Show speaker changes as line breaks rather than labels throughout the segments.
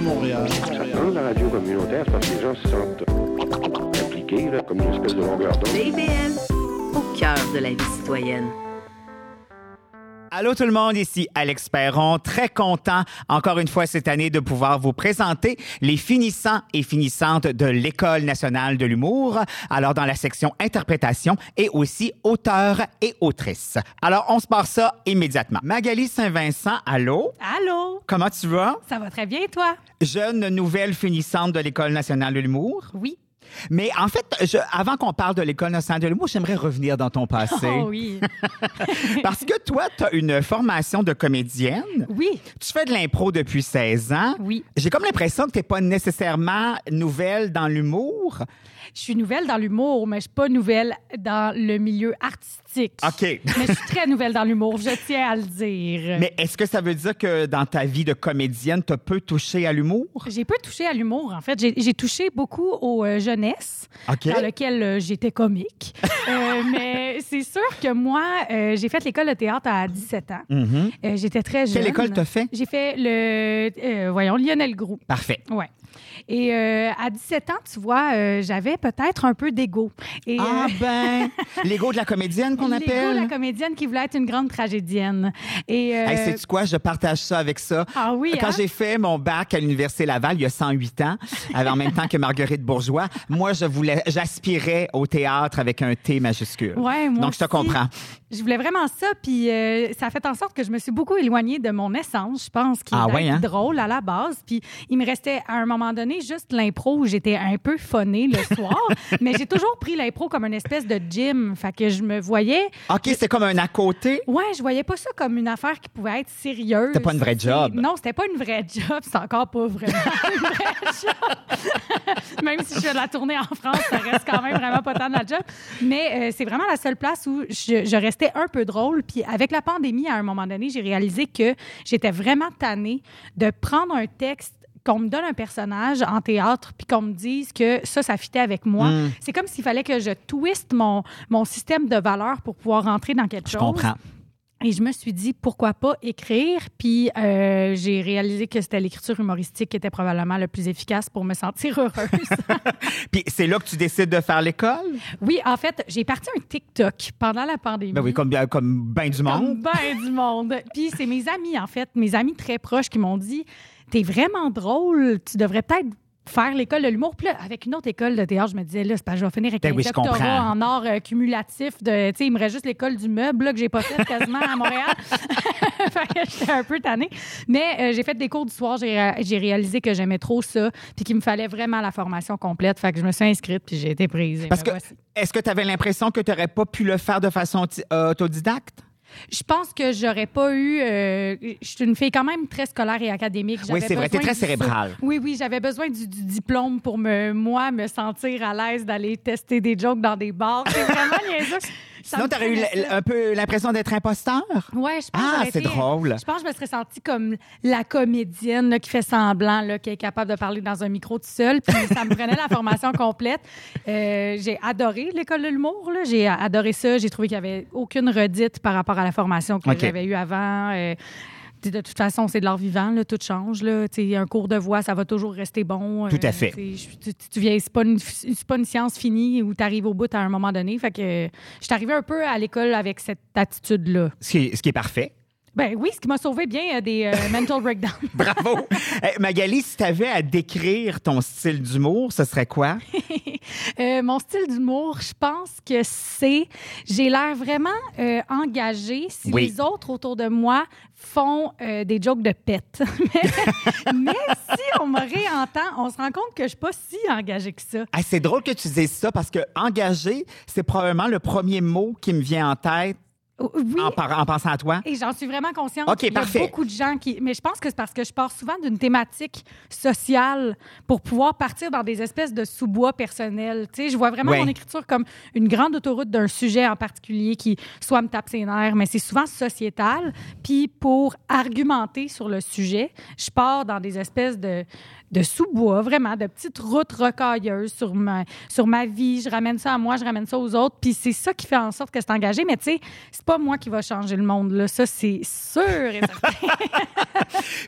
Montréal.
Dans Hein, la radio communautaire, c'est parce que les gens se sentent impliqués, là, comme une espèce de longueur d'onde.
L'IBL, au cœur de la vie citoyenne.
Allô tout le monde, ici Alex Perron, très content encore une fois cette année de pouvoir vous présenter les finissants et finissantes de l'École nationale de l'humour, alors dans la section interprétation et aussi auteur et autrice. Alors on se part ça immédiatement. Magali Saint-Vincent, allô?
Allô?
Comment tu vas?
Ça va très bien, toi?
Jeune nouvelle finissante de l'École nationale de l'humour.
Oui.
Mais en fait, je- avant qu'on parle de l'École nationale de l'humour, j'aimerais revenir dans ton passé.
Oh oui.
Parce que toi, tu as une formation de comédienne.
Oui.
Tu fais de l'impro depuis 16 ans.
Oui.
J'ai comme l'impression que tu n'es pas nécessairement nouvelle dans l'humour.
Je suis nouvelle dans l'humour, mais je suis pas nouvelle dans le milieu artistique.
OK.
mais je suis très nouvelle dans l'humour, je tiens à le dire.
Mais est-ce que ça veut dire que dans ta vie de comédienne, tu as peu touché à l'humour?
J'ai peu touché à l'humour, en fait. J'ai j'ai touché beaucoup aux euh, jeunesses,
OK.
dans lesquelles euh, j'étais comique. Euh, mais c'est sûr que moi, euh, j'ai fait l'école de théâtre à 17 ans.
Mhm.
Euh, j'étais très jeune.
Quelle école t'as fait?
J'ai fait le, euh, voyons, Lionel Groux.
Parfait.
Ouais. Et euh, à 17 ans, tu vois, euh, j'avais peut-être un peu d'ego. Et,
Ah
euh,
ben, l'ego de la comédienne qu'on
l'ego,
appelle.
la comédienne qui voulait être une grande tragédienne. Et euh,
Hey, sais-tu quoi? Je partage ça avec ça.
Ah oui,
Quand
hein?
j'ai fait mon bac à l'Université Laval, il y a 108 ans, en même temps que Marguerite Bourgeois, moi, je voulais, j'aspirais au théâtre avec un T majuscule.
Ouais, moi
Donc, je te
aussi.
comprends.
je voulais vraiment ça, puis euh, ça a fait en sorte que je me suis beaucoup éloignée de mon essence, je pense, qui est
Ah
d'être
ouais, hein?
drôle à la base. Puis il me restait à un moment donné juste l'impro où j'étais un peu phonée le soir, mais j'ai toujours pris l'impro comme une espèce de gym. Fait que je me voyais
OK, c'est comme un à côté.
Ouais, je voyais pas ça comme une affaire qui pouvait être sérieuse.
C'était pas une vraie
C'est-
job.
Non, c'était pas une vraie job. C'est encore pas vraiment une vraie job. même si je fais de la tournée en France, ça reste quand même vraiment pas tant de la job. Mais euh, c'est vraiment la seule place où je, je restais un peu drôle. Puis avec la pandémie, à un moment donné, j'ai réalisé que j'étais vraiment tannée de prendre un texte qu'on me donne un personnage en théâtre puis qu'on me dise que ça, ça fitait avec moi.
Hmm.
C'est comme s'il fallait que je twiste mon, mon système de valeurs pour pouvoir rentrer dans quelque
Je
chose.
comprends.
Et je me suis dit, pourquoi pas écrire? Puis euh, j'ai réalisé que c'était l'écriture humoristique qui était probablement le plus efficace pour me sentir heureuse.
Puis c'est là que tu décides de faire l'école?
oui, en fait, j'ai parti un TikTok pendant la pandémie.
Ben oui, comme, euh, comme ben du
Comme
monde.
ben du monde. Puis c'est mes amis, en fait, mes amis très proches qui m'ont dit T'es vraiment drôle, tu devrais peut-être faire l'école de l'humour. Puis là, avec une autre école de théâtre, je me disais Là, c'est pas, je vais finir avec
Ben
un
oui, je
doctorat
comprends.
en art euh, cumulatif. De, tu sais, il me reste juste l'école du meuble là, que j'ai pas faite quasiment à Montréal. Fait que J'étais un peu tannée. Mais euh, j'ai fait des cours du soir, j'ai ré- j'ai réalisé que j'aimais trop ça, puis qu'il me fallait vraiment la formation complète. Fait que je me suis inscrite, puis j'ai été prise. Et
Parce
me
que
voici.
est-ce que tu avais l'impression que tu n'aurais pas pu le faire de façon ti- euh, autodidacte?
Je pense que j'aurais pas eu. euh, je suis une fille quand même très scolaire et académique. J'avais
Oui, c'est vrai,
besoin
t'es très
du-
cérébrale.
Oui, oui, j'avais besoin du, du diplôme pour me, moi, me sentir à l'aise d'aller tester des jokes dans des bars. C'est vraiment niaiseux. Ça
Sinon,
me
tu aurais eu
prenait
l-
ça.
un peu l'impression d'être imposteur?
Ouais, je pense
Ah,
que j'aurais
c'est
été-
drôle.
Je pense que je me serais sentie comme la comédienne là, qui fait semblant, là, qui est capable de parler dans un micro tout seul. Puis ça me prenait la formation complète. Euh, j'ai adoré l'école de l'humour. là. J'ai adoré ça. J'ai trouvé qu'il n'y avait aucune redite par rapport à la formation que
OK.
j'avais eue avant. Euh, tu sais, de toute façon, c'est de l'art vivant, là, tout change. Là. Tu sais, Un cours de voix, ça va toujours rester bon. Euh,
Tout à fait.
tu sais, je- Tu, tu viens, c'est pas, une- c'est pas une science finie où tu arrives au bout à un moment donné. Fait que euh, je suis arrivée un peu à l'école avec cette attitude-là.
Ce qui est- ce qui est parfait.
Ben oui, ce qui m'a sauvé bien euh, des euh, mental breakdowns.
Bravo. Eh, Magali, si tu avais à décrire ton style d'humour, ce serait quoi?
Euh, mon style d'humour, je pense que c'est j'ai l'air vraiment euh, engagée si
Oui.
les autres autour de moi font euh, des jokes de pète. mais, mais si on me réentend, on se rend compte que je suis pas si engagée que ça.
Ah, c'est drôle que tu dises ça parce que engagé, c'est probablement le premier mot qui me vient en tête
Oh, Oui.
en, par- en pensant à toi.
Et j'en suis vraiment consciente.
OK,
Il y a
parfait.
beaucoup de gens qui. Mais je pense que c'est parce que je pars souvent d'une thématique sociale pour pouvoir partir dans des espèces de sous-bois personnels. Tu sais, je vois vraiment
Ouais.
mon écriture comme une grande autoroute d'un sujet en particulier qui soit me tape ses nerfs, mais c'est souvent sociétal. Puis pour argumenter sur le sujet, je pars dans des espèces de de sous-bois, vraiment, de petites routes rocailleuses sur ma, sur ma vie. Je ramène ça à moi, je ramène ça aux autres. Puis c'est ça qui fait en sorte que c'est engagé. Mais tu sais, c'est c'est pas moi qui va changer le monde, là. Ça, c'est sûr et certain.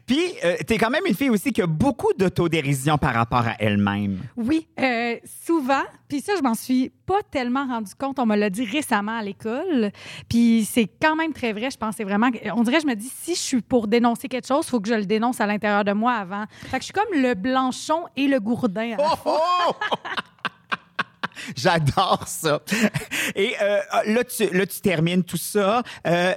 Puis, euh, t'es quand même une fille aussi qui a beaucoup d'autodérision par rapport à elle-même.
Oui, euh, souvent. Puis ça, je m'en suis pas tellement rendu compte. On me l'a dit récemment à l'école. Puis c'est quand même très vrai. Je pensais vraiment. que- On dirait, je me dis, si je suis pour dénoncer quelque chose, faut que je le dénonce à l'intérieur de moi avant. Fait que je suis comme le Blanchon et le Gourdin. à la fois.
J'adore ça. Et euh, là, tu, là, tu termines tout ça. Euh,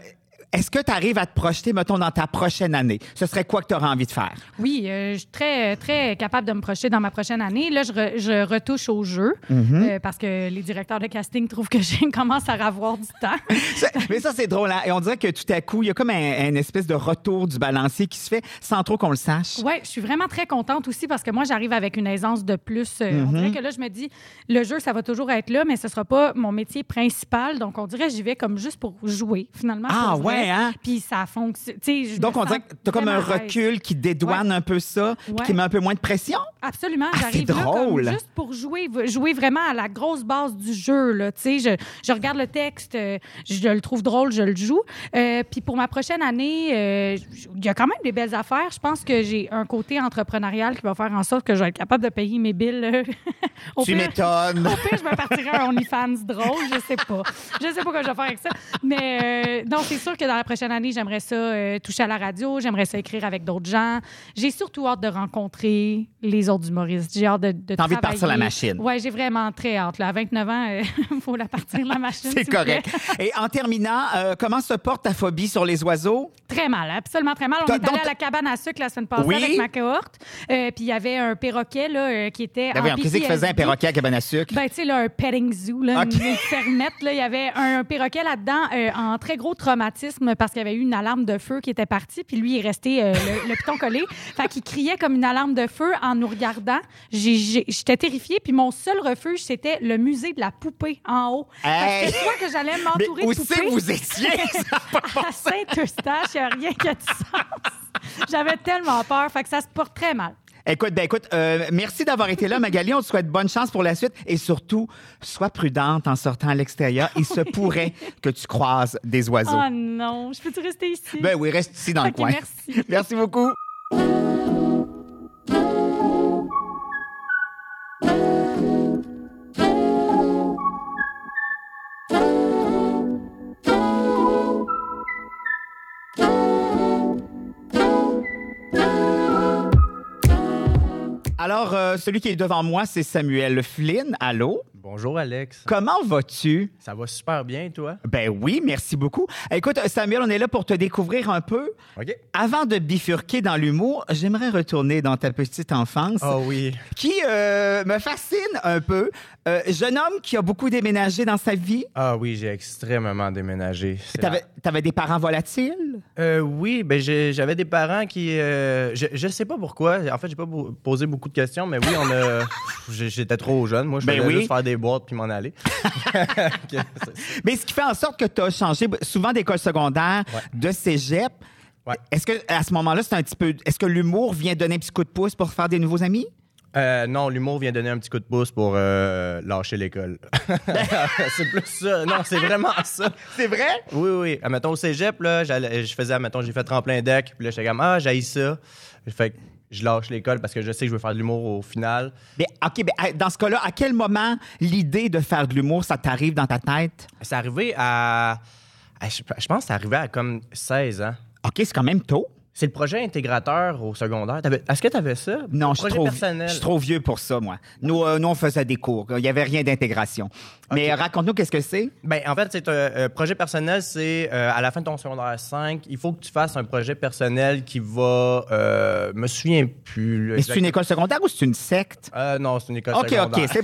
est-ce que tu arrives à te projeter, mettons, dans ta prochaine année? Ce serait quoi que tu aurais envie de faire?
Oui, euh, je suis très, très capable de me projeter dans ma prochaine année. Là, je, re- je retouche au jeu euh, parce que les directeurs de casting trouvent que je commence à avoir du temps.
Ça- Mais ça, c'est drôle. hein? Et on dirait que tout à coup, il y a comme un, un espèce de retour du balancier qui se fait sans trop qu'on le sache.
Oui, je suis vraiment très contente aussi parce que moi, j'arrive avec une aisance de plus. Euh,
Mhm.
On dirait que là, je me dis, le jeu, ça va toujours être là, mais ce sera pas mon métier principal. Donc, on dirait, j'y vais comme juste pour jouer, finalement.
Ah,
pour vrai.
ouais, hein?
Puis ça fonctionne. Tu sais, je
Donc,
me
on dirait
sens
que tu as comme un
vraiment à l'aise.
recul qui dédouane un peu ça, puis
Ouais.
qui met un peu moins de pression.
Absolument,
Ah,
j'arrive
c'est
là comme
drôle.
juste pour jouer, v- jouer vraiment à la grosse base du jeu. Là, Tu sais, je, je regarde le texte, euh, je le trouve drôle, je le joue. Euh, Puis pour ma prochaine année, euh, j- il y a quand même des belles affaires. Je pense que j'ai un côté entrepreneurial qui va faire en sorte que je vais être capable de payer mes billes. euh, au
tu
pire.
m'étonnes.
Au pire, je me partirai un OnlyFans drôle, je sais pas. Je sais pas quoi je vais faire avec ça. Mais euh, non, c'est sûr que dans la prochaine année, j'aimerais ça euh, toucher à la radio, j'aimerais ça écrire avec d'autres gens. J'ai surtout hâte de rencontrer les autres humoristes. J'ai hâte de, de
T'as envie de partir
travailler.
la machine.
Ouais, j'ai vraiment très hâte. Là. À 29 ans, il faut la partir la machine.
C'est
s'il vous plaît.
correct. Et en terminant, euh, comment se porte ta phobie sur les oiseaux?
Très mal, absolument très mal. On
T'as-
est allé
donc-
à la cabane à sucre la semaine passée
Oui.
avec ma cohorte. Euh, Puis il y avait un perroquet là, euh, qui était.
T'avais
en euh,
qui faisait un
PTSD.
perroquet à cabane à sucre.
Ben, tu sais, là, un petting zoo, là,
Ok.
une une fermette, là, il y avait un, perroquet là-dedans euh, en très gros traumatisme parce qu'il y avait eu une alarme de feu qui était partie, puis lui, il est resté euh, le, le piton collé. Fait qu'il criait comme une alarme de feu en nous regardant. J'ai- j'ai- J'étais terrifiée, puis mon seul refuge, c'était le musée de la poupée en haut. Fait
Hey!
que c'est sûr que j'allais
Mais
m'entourer
où
de
c'est que
poupées.
vous étiez? Ça a pas de bon
À Saint-Eustache, il n'y a rien qui a du sens. J'avais tellement peur, fait que ça se porte très mal.
Écoute, ben écoute, euh, merci d'avoir été là, Magali. On te souhaite bonne chance pour la suite et surtout, sois prudente en sortant à l'extérieur. Il se pourrait que tu croises des oiseaux.
Oh non, je peux-tu rester ici?
Ben oui, reste ici dans le
Ok,
coin.
merci.
merci beaucoup. Alors, euh, celui qui est devant moi, c'est Samuel Flynn. Allô?
Bonjour Alex.
Comment vas-tu?
Ça va super bien toi?
Ben oui, merci beaucoup. Écoute, Samuel, on est là pour te découvrir un peu.
OK.
Avant de bifurquer dans l'humour, j'aimerais retourner dans ta petite enfance
Ah oui.
qui euh, me fascine un peu. Euh, jeune homme qui a beaucoup déménagé dans sa vie.
Ah oui, j'ai extrêmement déménagé. C'est
T'avais avais des parents volatiles?
la- Euh, oui, ben j'ai- j'avais des parents qui euh, je, je sais pas pourquoi. En fait, j'ai pas beau- posé beaucoup de questions, mais oui, on a Pff, j'ai- j'étais trop jeune, moi je
Ben
voulais
oui.
juste faire des boîtes puis m'en aller. Ok, c'est-
Mais ce qui fait en sorte que tu as changé souvent d'école secondaire, de cégep.
Ouais.
Est-ce que à ce moment-là, c'est un petit peu. Est-ce que l'humour vient donner un petit coup de pouce pour faire des nouveaux amis?
Euh, non, l'humour vient donner un petit coup de pouce pour euh, lâcher l'école. c'est plus ça. Non, c'est vraiment ça.
C'est vrai?
Oui, oui. Admettons, au cégep, là, j'allais- je faisais, admettons, j'ai fait tremplin deck, puis là, j'étais comme, ah, j'haïs ça. Fait que je lâche l'école parce que je sais que je veux faire de l'humour au final.
Mais, OK, mais, à- dans ce cas-là, à quel moment l'idée de faire de l'humour, ça t'arrive dans ta tête?
C'est arrivé à. à- je je pense que c'est arrivé à comme 16 Hmm, ans.
OK, c'est quand même tôt.
C'est le projet intégrateur au secondaire. T'avais- Est-ce que tu avais ça?
Non,
Le
je suis,
projet
trop,
personnel.
je suis trop vieux pour ça, moi. Nous, euh, nous, on faisait des cours. Il n'y avait rien d'intégration. Mais euh, raconte-nous qu'est-ce que c'est.
Ben, en fait, c'est un euh, projet personnel, c'est euh, à la fin de ton secondaire 5, il faut que tu fasses un projet personnel qui va. euh, me souviens plus. là,
Mais C'est
exact-
une école secondaire ou c'est une secte?
Euh, non, c'est une école
OK,
secondaire.
OK, c'est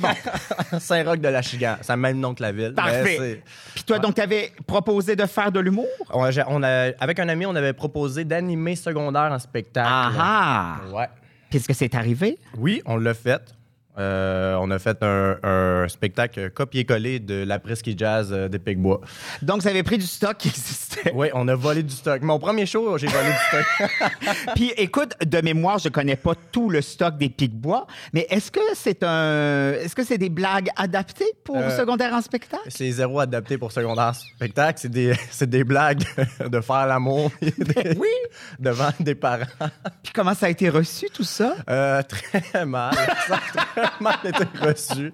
bon.
Saint-Roch de la Chigan, c'est le même nom que la ville. mais
Parfait.
c'est-
Puis toi, donc, t'avais proposé de faire de l'humour?
On a- on a- avec un ami, on avait proposé d'animer secondaire en spectacle.
Ah ah!
Ouais.
Puis est-ce que c'est arrivé?
Oui, on l'a fait. Euh, on a fait un, un spectacle copié-collé de l'après-ski jazz euh, des Picbois.
Donc, vous avez pris du stock qui existait.
Oui, on a volé du stock. Mon premier show, j'ai volé du stock.
Puis, écoute, de mémoire, je connais pas tout le stock des Pic-Bois, mais est-ce que c'est un, est-ce que c'est des blagues adaptées pour
Euh,
secondaire en spectacle?
c'est zéro adapté pour secondaire spectacle. C'est des, c'est des blagues de faire l'amour
Oui.
devant des parents.
Puis comment ça a été reçu tout ça?
Euh, très mal. Ça a très mal été reçu.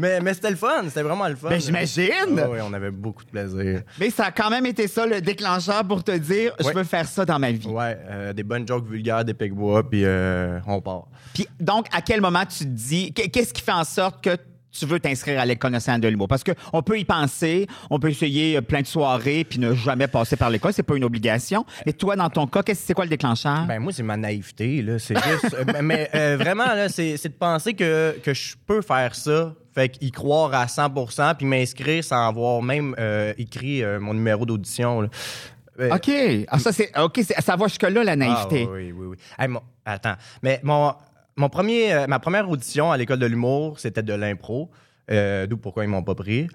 Mais, mais c'était le fun. C'était vraiment le fun.
Ben, j'imagine.
Ah oui, on avait beaucoup de plaisir.
Mais ça a quand même été ça le déclencheur pour te dire, je
Ouais.
veux faire ça dans ma vie.
Ouais, euh, des bonnes jokes vulgaires des Picbois, puis euh, on part.
Puis donc, à quel moment tu te dis, qu- qu'est-ce qui fait en sorte que tu veux t'inscrire à l'école nationale de l'humour? Parce qu'on peut y penser, on peut essayer euh, plein de soirées puis ne jamais passer par l'école, c'est pas une obligation. Mais toi, dans ton cas, qu'est-ce c'est quoi le déclencheur? Ah,
Ben moi, c'est ma naïveté, là. C'est juste. euh, mais euh, vraiment, là, c'est c'est de penser que, que je peux faire ça. Fait qu'y croire à 100 puis m'inscrire sans avoir même euh, écrit euh, mon numéro d'audition. là. Euh,
OK. Ah, ça, c'est, OK, c'est- ça va jusque-là, la
ah,
naïveté.
oui, oui, oui. oui. Hey, mon- attends. Mais mon, mon premier, euh, ma première audition à l'école de l'humour, c'était de l'impro. Euh, D'où pourquoi ils m'ont pas pris.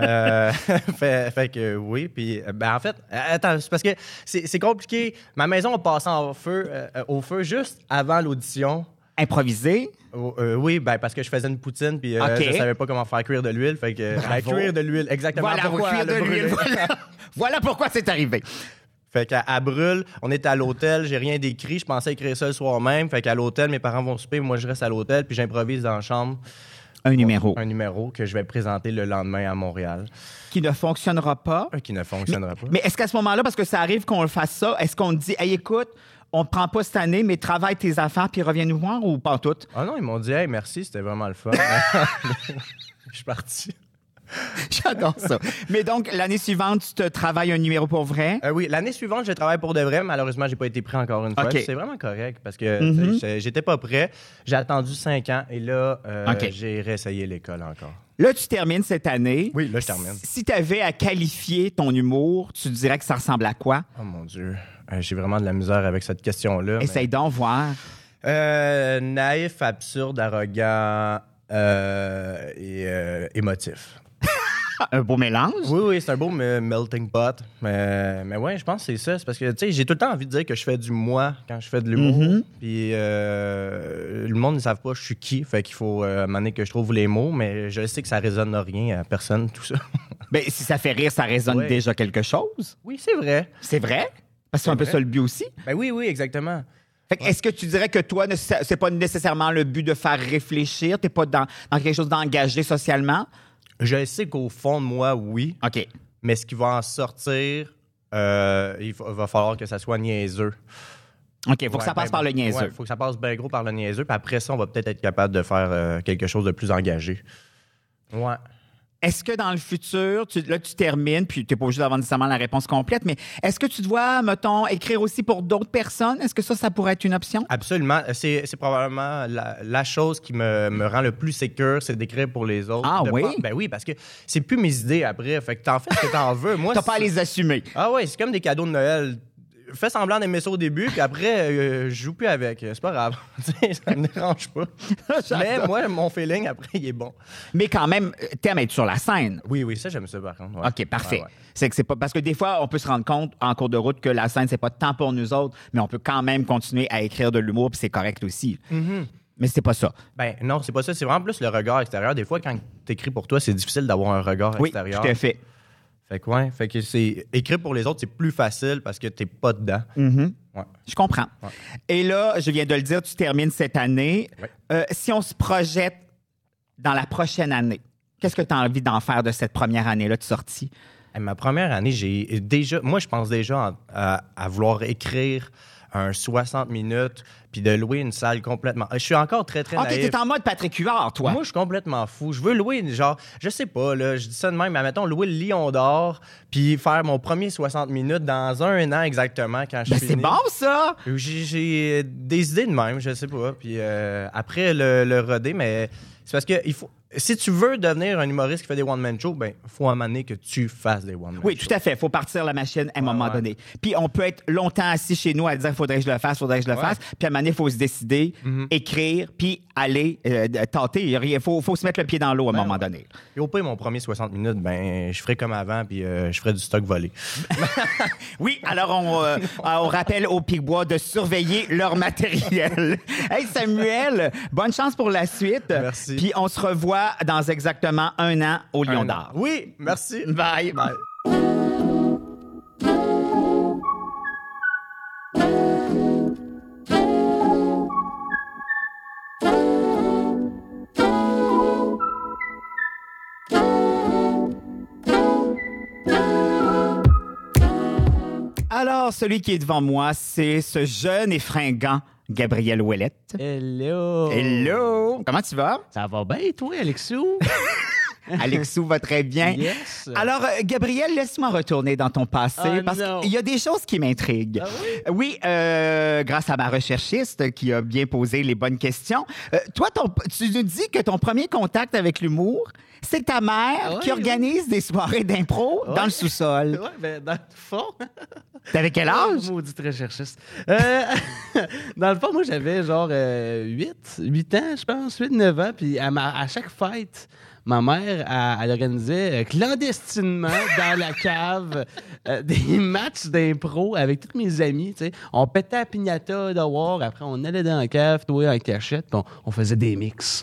Euh, fait, fait que oui. Puis, euh, ben, en fait, euh, attends, c'est parce que c'est c'est compliqué. Ma maison a passé en feu, euh, euh, au feu juste avant l'audition.
Improvisé.
Oh, euh, oui, ben, parce que je faisais une poutine, puis euh,
Ok.
je savais pas comment faire cuire de l'huile. Fait que,
Euh,
à
Bravo.
cuire de l'huile, exactement.
Voilà,
pourquoi
cuire
elle
de
a brûlé.
l'huile. Voilà. Voilà pourquoi c'est arrivé.
Fait qu'à à brûle, on était à l'hôtel, j'ai rien décrit, je pensais écrire ça le soir même. Fait qu'à l'hôtel, mes parents vont souper, moi je reste à l'hôtel, puis j'improvise dans la chambre
Un numéro
un numéro que je vais présenter le lendemain à Montréal,
qui ne fonctionnera pas.
Un qui ne fonctionnera pas.
Mais est-ce qu'à ce moment-là, parce que ça arrive qu'on le fasse ça, est-ce qu'on te dit, hey, écoute, on prend pas cette année, mais travaille tes affaires puis reviens nous voir ou pas en tout?
Ah non, ils m'ont dit, hey, merci, c'était vraiment le fun. je suis parti.
J'adore ça. Mais donc, l'année suivante, tu te travailles un numéro pour vrai.
Euh, oui, l'année suivante, je travaille pour de vrai. Malheureusement, j'ai pas été pris encore une fois.
Ok. Mhm.
Puis C'est vraiment correct parce que tu sais, j'étais- j'étais pas prêt. J'ai attendu cinq ans et là, euh,
Ok.
j'ai réessayé l'école encore.
Là, tu termines cette année.
Oui, là, je termine.
Si tu avais à qualifier ton humour, tu dirais que ça ressemble à quoi?
Oh mon Dieu, Euh, j'ai vraiment de la misère avec cette question-là. mais-
Essaye d'en voir.
Euh, naïf, absurde, arrogant euh, et euh, émotif.
Un beau mélange.
Oui, oui, c'est un beau me- melting pot. Mais, mais ouais, je pense que c'est ça. C'est parce que, tu sais, j'ai tout le temps envie de dire que je fais du moi quand je fais de l'humour.
Mm-hmm.
Puis euh, le monde ne savent pas je suis qui. Fait qu'il faut euh, à un moment donné que je trouve les mots. Mais je sais que ça résonne rien à personne, tout ça.
Ben, si ça fait rire, ça résonne
Ouais.
déjà quelque chose.
oui, c'est vrai.
C'est vrai? Parce que c'est un peu ça le but aussi.
Ben oui, oui, exactement.
Fait que Est-ce que tu dirais que toi, ne- c'est pas nécessairement le but de faire réfléchir? T'es pas dans, dans quelque chose d'engagé socialement?
Je sais qu'au fond de moi, oui.
OK.
Mais ce qui va en sortir, euh, il fa- va falloir que ça soit niaiseux.
OK, faut que
Ouais,
ça passe
ben,
par le
ouais,
niaiseux.
faut que ça passe bien gros par le niaiseux. Puis après ça, on va peut-être être capable de faire euh, quelque chose de plus engagé. Ouais.
Est-ce que dans le futur, tu, là, tu termines, puis tu n'es pas obligé d'avoir nécessairement la réponse complète, mais est-ce que tu dois, mettons, écrire aussi pour d'autres personnes? Est-ce que ça, ça pourrait être une option?
Absolument. Euh, C'est c'est probablement la, la chose qui me, me rend le plus sécure, c'est d'écrire pour les autres.
Ah
De
oui?
pas- Ben oui, parce que c'est plus mes idées après. Fait que t'en fais ce que t'en veux. Moi,
T'as pas à
c'est-
les assumer.
Ah ouais, c'est comme des cadeaux de Noël. Fais semblant d'aimer ça au début, puis après, euh, je joue plus avec. C'est pas grave. Tu sais, ça me dérange pas. Mais
J'adore.
moi, mon feeling, après, il est bon.
Mais quand même, euh, t'aimes être sur la scène.
Oui, oui, ça, j'aime ça, par contre. ouais.
OK, parfait.
Ouais, ouais.
C'est que c'est pas parce que des fois on peut se rendre compte en cours de route que la scène c'est pas tant pour nous autres, mais on peut quand même continuer à écrire de l'humour puis c'est correct aussi. Mais c'est pas ça.
Ben non, c'est pas ça. C'est vraiment plus le regard extérieur. Des fois, quand t'écris pour toi, c'est difficile d'avoir un regard
Oui,
extérieur.
tout à fait.
Fait que ouais, fait que c'est écrire pour les autres, c'est plus facile parce que t'es pas dedans. Ouais.
Je comprends. Et là, je viens de le dire, tu termines cette année.
Ouais.
Euh, si on se projette dans la prochaine année, qu'est-ce que tu as envie d'en faire de cette première année-là de sortie?
Hey, Eh, ma première année, j'ai déjà, moi, je pense déjà en- à, à vouloir écrire un 60 minutes puis de louer une salle complètement. Je suis encore très très
Ah, t'es
naïf.
t'es en mode Patrick Huard, toi.
Moi, je suis complètement fou. Je veux louer, genre, je sais pas, là, je dis ça de même, mais mettons, louer le Lion d'Or, puis faire mon premier 60 minutes dans un an exactement quand je
Ben,
suis
c'est bon, ça!
Euh, J'ai j'ai des idées de même, je sais pas. Puis euh, après, le, le rodé, mais c'est parce que il faut. si tu veux devenir un humoriste qui fait des one-man shows, ben, faut à un moment donné que tu fasses des one-man
Oui, tout à fait. Il faut partir la machine à un moment
ouais.
donné. Puis on peut être longtemps assis chez nous à dire faudrait que je le fasse, faudrait que je le fasse. Puis à un moment donné, il faut se décider,
Mhm.
écrire, puis aller euh, tenter. Il faut, faut se mettre le pied dans l'eau
Ben
à un moment donné.
Et au pire, mon premier 60 minutes, ben, je ferai comme avant, puis euh, je ferai du stock volé.
Oui, alors on, euh, euh, on rappelle aux Pigbois de surveiller leur matériel. hey Samuel, bonne chance pour la suite.
Merci.
Puis on se revoit dans exactement un an au Lion d'Or.
Oui, merci.
Bye.
Bye.
Alors, celui qui est devant moi, c'est ce jeune et fringant Gabriel Ouellette.
Hello.
Hello! Comment tu vas?
Oh. Ça va bien, toi, Alexou?
Alexou va très bien.
Yes.
Alors, euh, Gabriel, laisse-moi retourner dans ton passé
Ah,
parce
non.
qu'il y a des choses qui m'intriguent.
Ah
oui, euh, grâce à ma recherchiste qui a bien posé les bonnes questions. Euh, toi, ton- tu nous dis que ton premier contact avec l'humour, c'est ta mère
Ah ouais,
qui organise des soirées d'impro dans le sous-sol.
ouais, ben, dans le fond.
T'avais quel âge?
Maudit recherchiste. Euh, dans le fond, moi, j'avais genre 8, 8 ans, je pense, 8, 9 ans. Puis à, ma- à chaque fête, ma mère, elle, elle organisait euh, clandestinement dans la cave euh, des matchs d'impro avec tous mes amis. tu sais. On pétait à Pignata dehors, après on allait dans la cave, toi en cachette, puis on, on faisait des mix.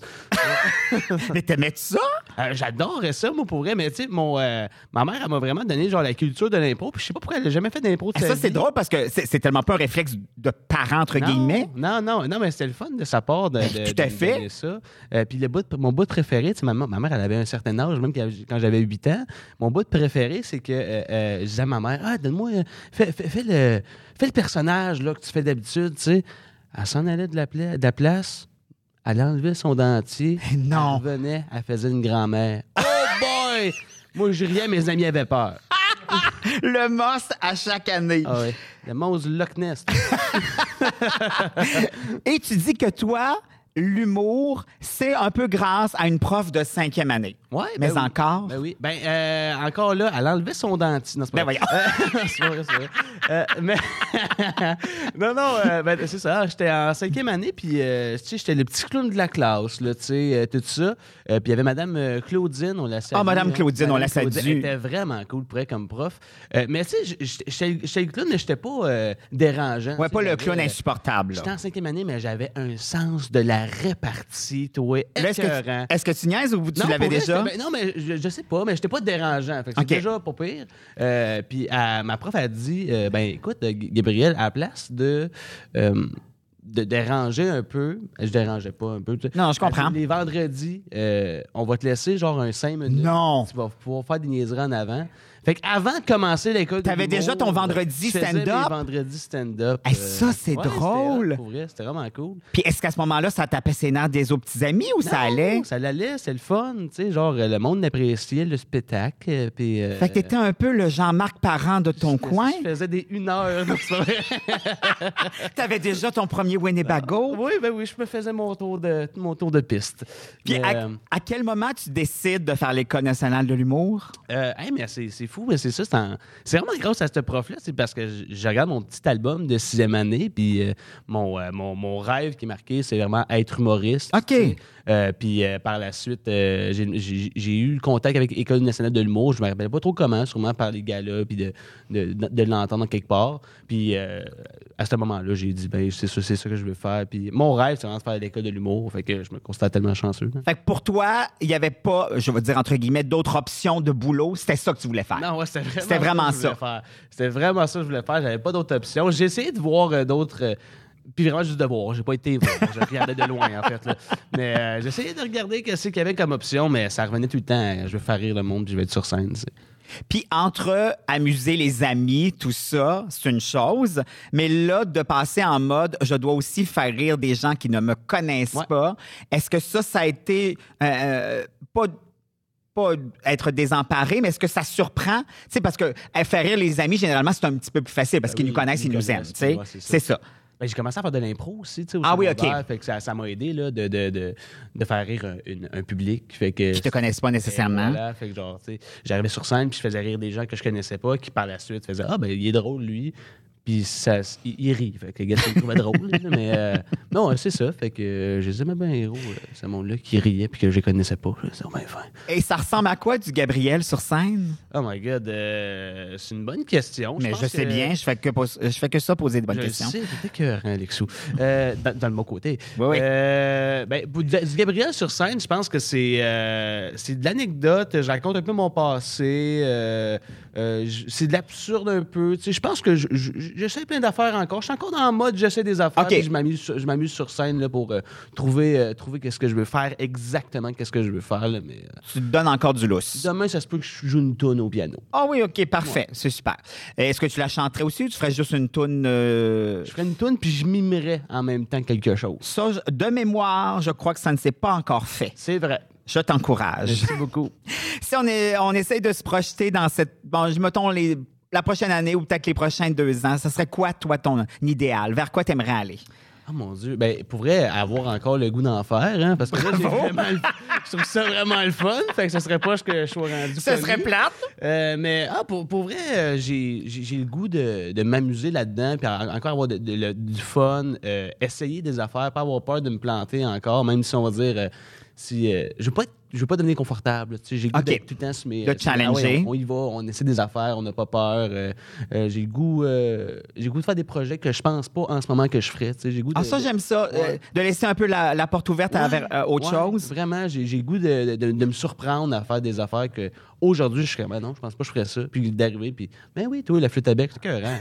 Mais t'aimais ça?
Euh, J'adorais ça, moi, pour vrai. Mais tu sais, mon, euh, ma mère, elle m'a vraiment donné genre la culture de l'impro. Puis je sais pas pourquoi elle a jamais fait d'impro. de
Ça,
sa
c'est
vie.
drôle parce que c'est c'est tellement pas un réflexe de parent, entre
Non,
guillemets.
Non, non, non, mais c'était le fun de sa part de, de-
Ben, tout à
de me
fait.
donner ça. Euh, puis le bout, de- mon bout de préféré, tu sais, ma, ma mère, elle avait un certain âge, même quand quand j'avais 8 ans. Mon bout de préféré, c'est que euh, euh, je disais à ma mère, ah, donne-moi, euh, fais, fais- fais le, fais le personnage là, que tu fais d'habitude, tu sais. Elle s'en allait de la, pla- de la place, elle enlevait son dentier.
Non.
Elle revenait, elle faisait une grand-mère. Oh boy! Moi, je riais, mes amis avaient peur.
Le must à chaque année.
Ah ouais. Le Mose Loch Ness.
Et tu dis que toi, l'humour, c'est un peu grâce à une prof de cinquième année.
Ouais,
Mais
ben oui.
encore.
Ben oui. Ben, euh, encore là, elle enlevait son dentier. Non, c'est
Ben
pas vrai.
voyons.
Euh, c'est pas vrai, c'est vrai. Euh, mais... non, non, euh, ben, c'est ça. J'étais en cinquième année, puis euh, tu sais, j'étais le petit clown de la classe, là, tu sais, euh, tout ça. Euh, puis il y avait Madame euh, Claudine, on la salue.
Ah, Madame
hein.
Claudine, on
Madame
la salue.
Claudine était vraiment cool, pour elle, comme prof. Euh, mais tu sais, j- j- j'étais j'étais le clown, mais j'étais pas euh, dérangeant.
Ouais,
tu sais,
pas le
j'avais,
clown
euh,
insupportable. là.
J'étais en cinquième année, mais j'avais un sens de la répartie, toi,
Là, Est-ce que,
écœurant.
tu- est-ce que tu niaises ou tu
Non,
l'avais
pour
déjà?
vrai, j'étais ben- non, mais je, je sais pas, mais j'étais pas dérangeant. Fait que
Ok.
C'est déjà pas pire. Euh, puis euh, ma prof a dit euh, ben écoute, euh, G- Gabriel, à la place de. euh, de déranger un peu. Je dérangeais pas un peu. tu sais.
Non, je
Elle
comprends.
dit, Les vendredis, euh, on va te laisser genre un 5 minutes.
Non.
Tu vas pouvoir faire des niaiseries en avant. Fait que avant de commencer l'école. de
T'avais
l'humour,
déjà ton vendredi
je faisais mes
stand-up?
vendredis stand-up. euh,
Hey, ça, c'est
c'était
drôle.
hot, Pour vrai, c'était vraiment cool.
Puis est-ce qu'à ce moment-là, ça tapait ses nerfs des autres petits amis ou ça
Non,
allait?
Ça allait, c'est le fun, tu sais, genre euh, le monde appréciait le spectacle, euh, puis. euh,
Fait que t'étais un peu le Jean-Marc Parent de ton coin.
Je faisais des une heure. non, c'est pas vrai.
T'avais déjà ton premier Winnebago.
oui, ben oui, je me faisais mon tour de mon tour de piste.
Puis
Mais,
à,
euh,
à quel moment tu décides de faire l'École nationale de l'humour?
Euh, hey, mais c'est c'est fou, mais c'est ça. c'est en- C'est vraiment grâce à ce prof-là. C'est parce que je, je regarde mon petit album de sixième année, puis euh, mon, euh, mon, mon rêve qui est marqué, c'est vraiment être humoriste.
OK.
tu sais. Euh, puis euh, par la suite, euh, j'ai- j'ai j'ai eu le contact avec l'École nationale de l'humour. Je me rappelle pas trop comment, sûrement par les galas, puis de, de, de, l'entendre quelque part. Puis euh, à ce moment-là, j'ai dit, ben, c'est ça, c'est ça que je veux faire. Puis mon rêve, c'est vraiment de faire l'École de l'humour. Fait que je me constate tellement chanceux.
Fait que pour toi, il n'y avait pas, je vais dire entre guillemets, d'autres options de boulot. C'était ça que tu voulais faire.
Ah, Non, ouais, c'était vraiment,
C'était vraiment
ça. que je voulais faire. C'était vraiment ça que je voulais faire. J'avais pas d'autre option. J'ai essayé de voir euh, d'autres. euh, puis vraiment juste de voir. J'ai pas été voir. Je regardais de loin, en fait. là. Mais euh, j'essayais de regarder qu'est-ce qu'il y avait comme option, mais ça revenait tout le temps. euh, Je vais faire rire le monde, puis je vais être sur scène. tu sais.
Puis entre amuser les amis, tout ça, c'est une chose. Mais là, de passer en mode, je dois aussi faire rire des gens qui ne me connaissent
Ouais.
pas. Est-ce que ça, ça a été euh, pas pas être désemparé, mais est-ce que ça surprend? Tu eh, sais, parce que euh, faire rire les amis, généralement, c'est un petit peu plus facile parce
Ben
qu'ils
oui,
nous connaissent, ils
ils
nous
nous
aiment.
connaissent,
tu sais.
ouais, c'est ça.
c'est ça.
Ben, j'ai commencé à faire de l'impro aussi, tu sais. au
Ah oui,
secondaire.
ok.
Fait que ça, ça m'a aidé là, de, de, de, de faire rire un, une- un public. Fait que
Qui te connaissent pas nécessairement.
Et voilà, fait que genre, tu sais, j'arrivais sur scène, puis je faisais rire des gens que je connaissais pas, qui par la suite faisaient Ah, ben, il est drôle, lui. Puis ça, il, il rit. Fait que les gars, ça me trouvait drôle. là, mais euh, non, c'est ça. Fait que euh, je les aimais bien héros, ce monde-là, qui riait, puis que je les connaissais pas. Je disais, Oh, ben, fin.
Et ça ressemble à quoi du Gabriel sur scène?
Oh my God, euh, c'est une bonne question.
Mais
pense
je sais
que-
bien, je fais que, pos- je fais que ça poser de bonnes
je le
questions.
sais, t'es écœurant, Alexou. Euh, dans, dans le bon côté.
Oui, oui.
Euh, ben, pour- du Gabriel sur scène, je pense que c'est euh, c'est de l'anecdote. Je raconte un peu mon passé. euh, euh, j- c'est de l'absurde un peu. Tu sais, je pense que je- je- j'essaie plein d'affaires encore. Je suis encore dans le mode j'essaie des affaires.
OK.
puis Je m'amuse sur- je m'amuse sur scène là, pour euh, trouver, euh, trouver qu'est-ce que je veux faire exactement, qu'est-ce que je veux faire. là, mais, euh,
Tu te donnes encore du lousse.
demain, ça se peut que je joue une tonne au piano.
Ah oui, OK, parfait. C'est super. Est-ce que tu la chanterais aussi ou tu ferais juste une toune? euh,
Je ferais une tonne puis je mimerais en même temps quelque chose.
Ça, je- de mémoire, je crois que ça ne s'est pas encore fait.
C'est vrai.
Je t'encourage.
Merci beaucoup.
si on, est, on essaye de se projeter dans cette... Bon, je- mettons les, la prochaine année ou peut-être les prochains deux ans, ça serait quoi, toi, ton idéal? Vers quoi t'aimerais aller?
Ah mon Dieu, ben pour vrai, avoir encore le goût d'en faire, hein, parce que là, j'ai vraiment le- je trouve ça vraiment le fun, fait que ce serait pas que je sois rendu.
Ce
connu.
serait plate.
Euh, mais ah, pour, pour vrai, euh, j'ai j'ai- j'ai le goût de, de m'amuser là-dedans, puis en- encore avoir de- de- le- du fun, euh, essayer des affaires, pas avoir peur de me planter encore, même si on va dire, euh, si euh, je veux pas être- je veux pas devenir confortable, tu sais, j'ai le goût
Ok.
d'être tout le temps sur mes
De
euh, sur mes- ah ouais,
challenger.
on, on y va, on essaie des affaires, on n'a pas peur. euh, euh, j'ai le goût, euh, j'ai le goût de faire des projets que je pense pas en ce moment que je ferais, tu sais, j'ai le goût
Ah,
de-
ça,
de-
j'aime ça. euh,
Ouais.
de laisser un peu la, la porte ouverte à vers, euh, autre
Ouais,
chose.
Vraiment, j'ai j'ai le goût de, de- de me surprendre à faire des affaires que aujourd'hui, je serais, ben non, je pense pas que je ferais ça. Puis d'arriver, puis, ben oui, toi, la flûte à bec, c'est écœurant.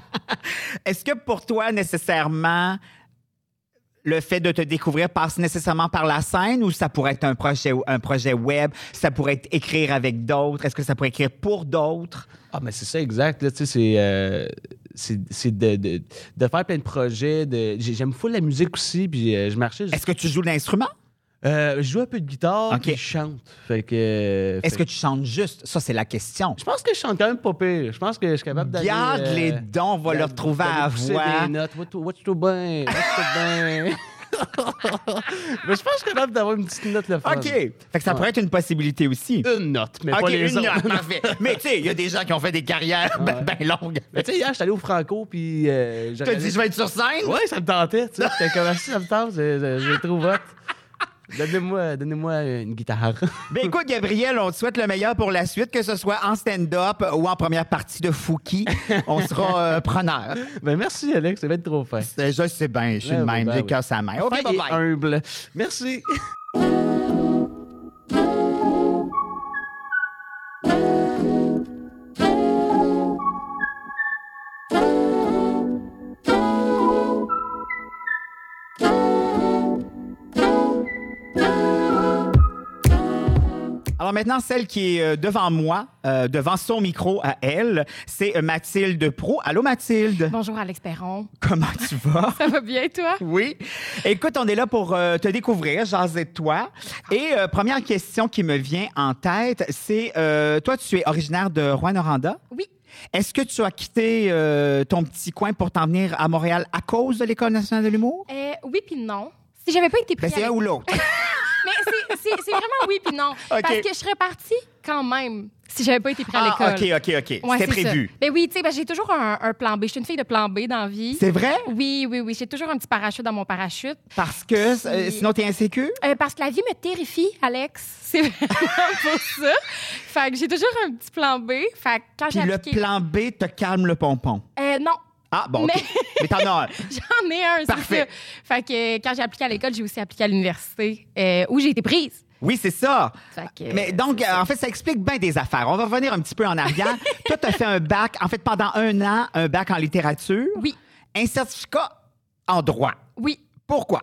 Est-ce que pour toi, nécessairement, le fait de te découvrir passe nécessairement par la scène ou ça pourrait être un projet, un projet web? Ça pourrait être écrire avec d'autres? Est-ce que ça pourrait écrire pour d'autres?
Ah, mais c'est ça, exact. Là, tu sais, c'est. euh, c'est c'est de, de- de faire plein de projets. De... j'ai- J'aime full la musique aussi, puis euh, je marchais. Je,
Est-ce que tu joues de l'instrument?
Euh, je joue un peu de guitare,
Ok.
puis je chante. Fait que. euh,
Est-ce que
fait-
tu chantes juste? Ça, c'est la question.
Je pense que je chante quand même pas pire. Je pense que je suis capable d'aller.
Garde
euh,
les dons, on va le
d'aller-
retrouver à
d'aller pousser
voix.
des notes. Watch to- watch to ben, watch to ben. Mais je pense que je suis capable d'avoir une petite note le fun.
OK. Fait que ça pourrait être une possibilité aussi.
Une note, mais
OK,
pas les
une
autres.
note, parfait. Mais tu sais, il y a des gens qui ont fait des carrières ben, ben longues.
Mais tu sais, hier, je suis allé au Franco, puis. Euh,
Tu te dis, je vais être sur scène?
Ouais, ça me tentait, tu sais. J'étais comme, Ah, si ça me tente, je, je, je le trouve hot. Donnez-moi donnez-moi une guitare.
Ben écoute, Gabriel, on te souhaite le meilleur pour la suite, que ce soit en stand-up ou en première partie de Fouki. On sera euh, preneur.
ben, merci, Alex, c'est bien trop fin.
C'est- Je sais bien, je suis le
Ouais,
même,
ben
j'ai
oui.
cœur sa main. OK,
Fin et
bye-bye.
humble. Merci.
Alors maintenant, celle qui est euh, devant moi, euh, devant son micro à elle, c'est euh, Mathilde Pro. Allô, Mathilde?
Bonjour Alex Perron.
Comment tu vas?
Ça va bien toi?
Oui. Écoute, on est là pour euh, te découvrir, jaser de toi. Et euh, première question qui me vient en tête, c'est euh, toi, tu es originaire de Rouen-Oranda?
Oui.
Est-ce que tu as quitté euh, ton petit coin pour t'en venir à Montréal à cause de l'École nationale de l'humour?
Euh, oui puis non. Si j'avais pas été
Ben,
pris
c'est un
avec-
ou l'autre.
Mais c'est- c'est c'est vraiment oui puis non. Parce que je serais partie quand même si j'avais pas été pris à
Ah,
l'école.
OK, OK, OK.
Ouais,
C'était
c'est
prévu.
ça. Ben oui, tu sais, ben, j'ai toujours un, un plan B. Je suis une fille de plan B dans la vie.
C'est vrai?
Oui, oui, oui. J'ai toujours un petit parachute dans mon parachute.
Parce que euh,
Puis-
sinon, t'es insécure?
Euh, parce que la vie me terrifie, Alex. C'est vraiment pour ça. Fait que j'ai toujours un petit plan B. Fait que quand j'ai
Puis le
appliqué-
plan B te calme le pompon.
Euh, non,
Ah, bon, OK.
Mais-
Mais t'en as un.
J'en ai un, c'est
Parfait.
ça. Fait que euh, quand j'ai appliqué à l'école, j'ai aussi appliqué à l'université euh, où j'ai été prise.
Oui, c'est ça.
Fait que, euh,
Mais donc, en fait, ça explique bien des affaires. On va revenir un petit peu en arrière. Toi, tu as fait un bac, en fait, pendant un an, un bac en littérature.
Oui.
Un certificat en droit.
Oui.
Pourquoi?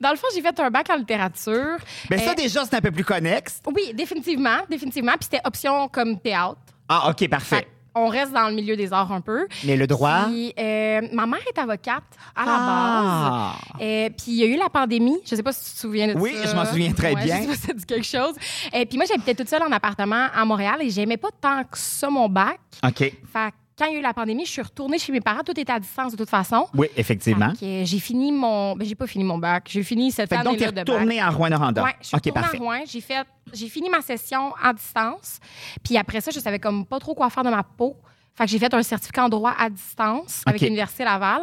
Dans le fond, j'ai fait un bac en littérature.
Bien, Ben ça,
Euh,
déjà, c'est un peu plus connexe.
Oui, définitivement, définitivement. Puis c'était option comme théâtre.
Ah, OK,
Fait
parfait.
que on reste dans le milieu des arts un peu.
Mais le droit?
Puis, euh, ma mère est avocate à la
Ah.
base. Euh, puis il y a eu la pandémie. Je sais pas si tu te souviens de
Oui,
ça.
je m'en souviens très
Ouais,
bien.
Je sais pas si ça dit quelque chose. Euh, Et puis moi, j'habitais toute seule en appartement à Montréal et j'aimais pas tant que ça mon bac.
Ah, OK.
Fait quand il y a eu la pandémie, je suis retournée chez mes parents. Tout était à distance de toute façon.
Oui, effectivement.
Fait que J'ai fini mon. Ben, j'ai pas fini mon bac. J'ai fini cette
Fait que donc, tu
année-là
es
de bac.
retourné à Rouen-Noranda.
Ouais, je suis
OK,
retournée
parfait.
à Rouen. J'ai fait, j'ai fini ma session en distance. Puis après ça, je savais comme pas trop quoi faire de ma peau. Fait que j'ai fait un certificat en droit à distance avec
OK.
l'Université Laval.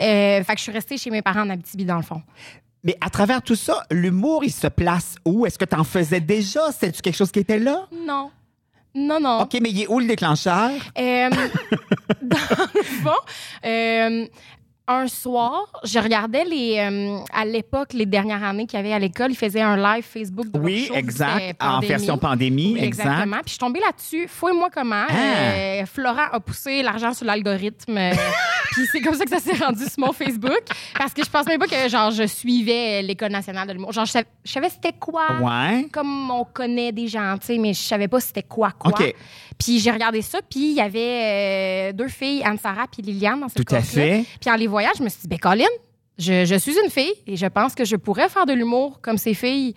Euh, fait que je suis restée chez mes parents en Abitibi, dans le fond.
Mais à travers tout ça, l'humour, il se place où? Est-ce que tu en faisais déjà? C'était-tu quelque chose qui était là?
Non. Non, non.
OK, mais il est où le déclencheur?
Euh, dans le fond, euh, un soir, je regardais les, euh, à l'époque les dernières années qu'il y avait à l'école. Ils faisaient un live Facebook. drôle
Oui,
show, c'était
exact. En
pandémie.
version pandémie,
Oui,
exact.
Exactement. Puis je suis tombée là-dessus. Fouille-moi comment.
Ah.
Euh, Florent a poussé l'argent sur l'algorithme. euh, Puis c'est comme ça que ça s'est rendu sur mon Facebook. Parce que je pensais même pas que genre je suivais euh, l'École nationale de l'humour. Genre, je savais, je savais c'était quoi.
Ouais.
Comme on connaît des gens, tu sais, mais je savais pas c'était quoi, quoi.
OK.
Puis j'ai regardé ça, puis il y avait euh, deux filles, Anne-Sara puis Liliane, dans cette
Tout à
classe-là.
fait.
Puis en les voyant, je me suis dit, ben Colin, je, je suis une fille et je pense que je pourrais faire de l'humour comme ces filles.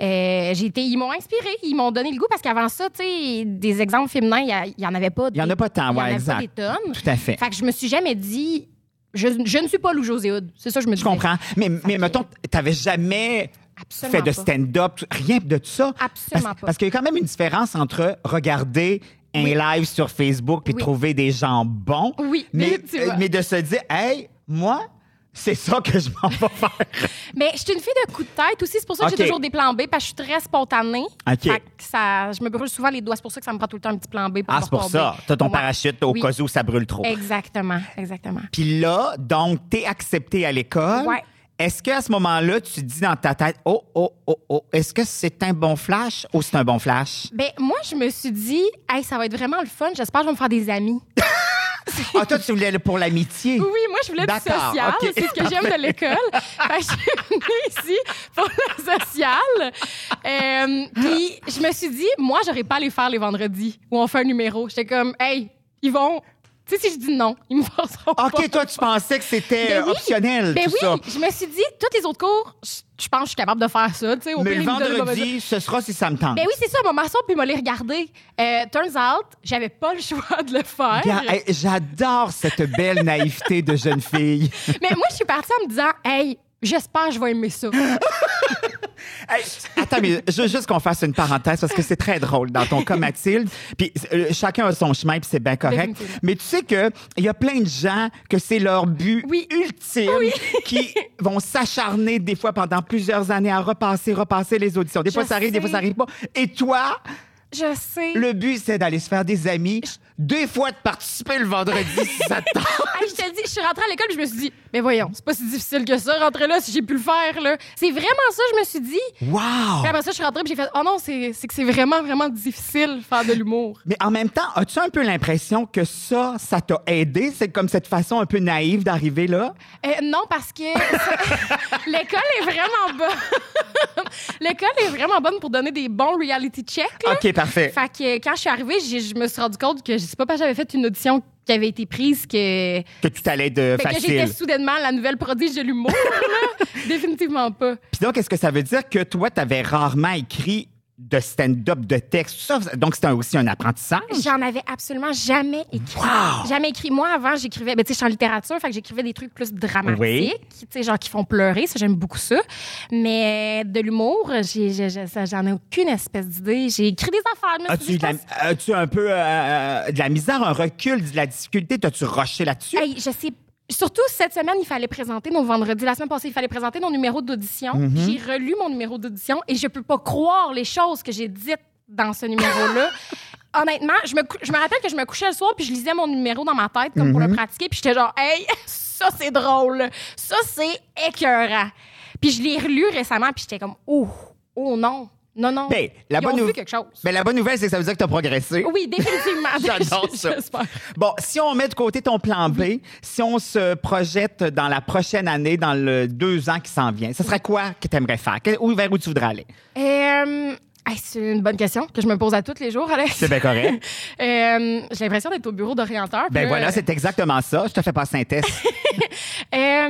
Euh, j'ai été, ils m'ont inspirée, ils m'ont donné le goût parce qu'avant ça, tu sais, des exemples féminins, il y a- il y, en avait pas.
Il y en a pas
il y
tant,
en
ouais,
avait
exact.
pas des tonnes.
Tout à fait.
Fait que je me suis jamais dit, je, je ne suis pas Lou José Hood. C'est ça, que je me
Je
disais.
comprends. Mais, mais
que-
mettons, t'avais jamais
Absolument
fait de
pas.
stand-up, tout- rien de tout ça.
Absolument
Parce-
pas.
Parce qu'il y a quand même une différence entre regarder un live sur Facebook puis
Oui.
trouver des gens bons.
Oui,
mais, euh,
tu vois.
mais de se dire, hey, moi, c'est ça que je m'en vais faire.
Mais je suis une fille de coup de tête aussi. C'est pour ça que
OK.
j'ai toujours des plans B parce que je suis très spontanée.
OK.
Fait que ça, je me brûle souvent les doigts. C'est pour ça que ça me prend tout le temps un petit plan B pour
Ah,
me
c'est pour
retomber.
ça. T'as ton
Ouais.
parachute au
Oui.
cas où ça brûle trop.
Exactement, exactement.
Puis là, donc, t'es accepté à l'école.
Ouais.
Est-ce qu'à ce moment-là, tu dis dans ta tête, oh, oh, oh, oh, est-ce que c'est un bon flash ou c'est un bon flash?
Ben, moi, je me suis dit, hey, ça va être vraiment le fun. J'espère que je vais me faire des amis.
Ah, toi, tu voulais le- pour l'amitié.
Oui, moi, je voulais du
D'accord,
social.
ok.
C'est ce que j'aime de l'école. fait que je suis venue ici pour le social. Euh, Puis, je me suis dit, moi, j'aurais pas à les faire les vendredis où on fait un numéro. J'étais comme, hey, ils vont. Tu sais, si je dis non, ils me forceront pas.
OK, toi, tu pensais que c'était
Ben
euh,
oui.
optionnel,
Ben
tout
oui,
ça.
je me suis dit, tous les autres cours, je, je pense que je suis capable de faire ça. tu sais, Au
Mais
pire,
le
ils me donnent une mauvaise-
vendredi, ce sera si ça me tente.
Ben oui, c'est ça, ma maçon, puis il m'a les regardé. Euh, turns out, j'avais pas le choix de le faire.
Regarde, hey, J'adore cette belle naïveté de jeune fille.
Mais moi, je suis partie en me disant, hey, j'espère que je vais aimer ça.
Hey, attends, mais je veux juste qu'on fasse une parenthèse parce que c'est très drôle dans ton cas, Mathilde. Puis euh, chacun a son chemin, puis c'est bien correct.
Définitivement.
Mais tu sais que il y a plein de gens que c'est leur but
Oui.
ultime qui vont s'acharner des fois pendant plusieurs années à repasser, repasser les auditions. Des fois,
Je
ça arrive, des fois,
sais.
ça arrive pas. Et toi,
Je sais.
Le but, c'est d'aller se faire des amis. Des fois, de participer le vendredi si ça te tente.
Hey, je te le dis, je suis rentrée à l'école, je me suis dit, mais voyons, c'est pas si difficile que ça, rentrer là si j'ai pu le faire, là. C'est vraiment ça, je me suis dit.
Wow!
Puis après ça, je suis rentrée, puis j'ai fait, oh non, c'est c'est que c'est vraiment, vraiment difficile faire de l'humour.
Mais en même temps, as-tu un peu l'impression que ça, ça t'a aidé? C'est comme cette façon un peu naïve d'arriver là?
Euh, non, parce que l'école est vraiment bonne. l'école est vraiment bonne pour donner des bons reality checks. là.
OK, parfait.
Fait que quand je suis arrivée, j'ai- je me suis rendu compte que je sais pas parce que j'avais fait une audition qui avait été prise que,
Que tout allait de
fait que j'étais
Euh, facile.
soudainement la nouvelle prodige de l'humour. là. Définitivement pas.
Puis donc, est-ce que ça veut dire que toi, t'avais rarement écrit de stand-up, de texte, tout ça? Donc, c'est un- aussi un apprentissage?
J'en avais absolument jamais écrit.
Wow!
Jamais écrit. Moi, avant, j'écrivais, ben, tu sais, je suis en littérature, fait que j'écrivais des trucs plus dramatiques,
Oui.
tu sais, genre qui font pleurer, ça, j'aime beaucoup ça. Mais euh, de l'humour, j'ai- j'ai- j'ai- ça, j'en ai aucune espèce d'idée. J'ai écrit des affaires, je me suis
As-tu,
dit,
de la-
je pense-
as-tu un peu euh, de la misère, un recul, de la difficulté? T'as-tu rushé là-dessus?
Hey, je sais. Surtout cette semaine, il fallait présenter nos vendredis. La semaine passée, il fallait présenter nos numéros d'audition.
Mm-hmm.
J'ai relu mon numéro d'audition et je peux pas croire les choses que j'ai dites dans ce numéro-là. Honnêtement, je me, cou- je me rappelle que je me couchais le soir puis je lisais mon numéro dans ma tête comme pour
Mm-hmm.
le pratiquer puis j'étais genre hey ça c'est drôle ça c'est écœurant puis je l'ai relu récemment puis j'étais comme oh oh non non non
Ben, la
Ils
bonne
ont vu
nou-
quelque chose
Ben, la bonne nouvelle, c'est que ça veut dire que t'as progressé.
oui définitivement
J'adore ça.
J'espère.
Bon, si on met de côté ton plan B, si on se projette dans la prochaine année, dans le deux ans qui s'en vient, ce serait quoi que tu aimerais faire? Que- Où, vers où tu voudrais aller?
Euh, hey, c'est une bonne question que je me pose à tous les jours, Alex.
C'est bien correct.
Euh, J'ai l'impression d'être au bureau d'orienteur. euh,
Ben
puis là,
voilà, c'est exactement ça. Je te fais pas un test.
euh,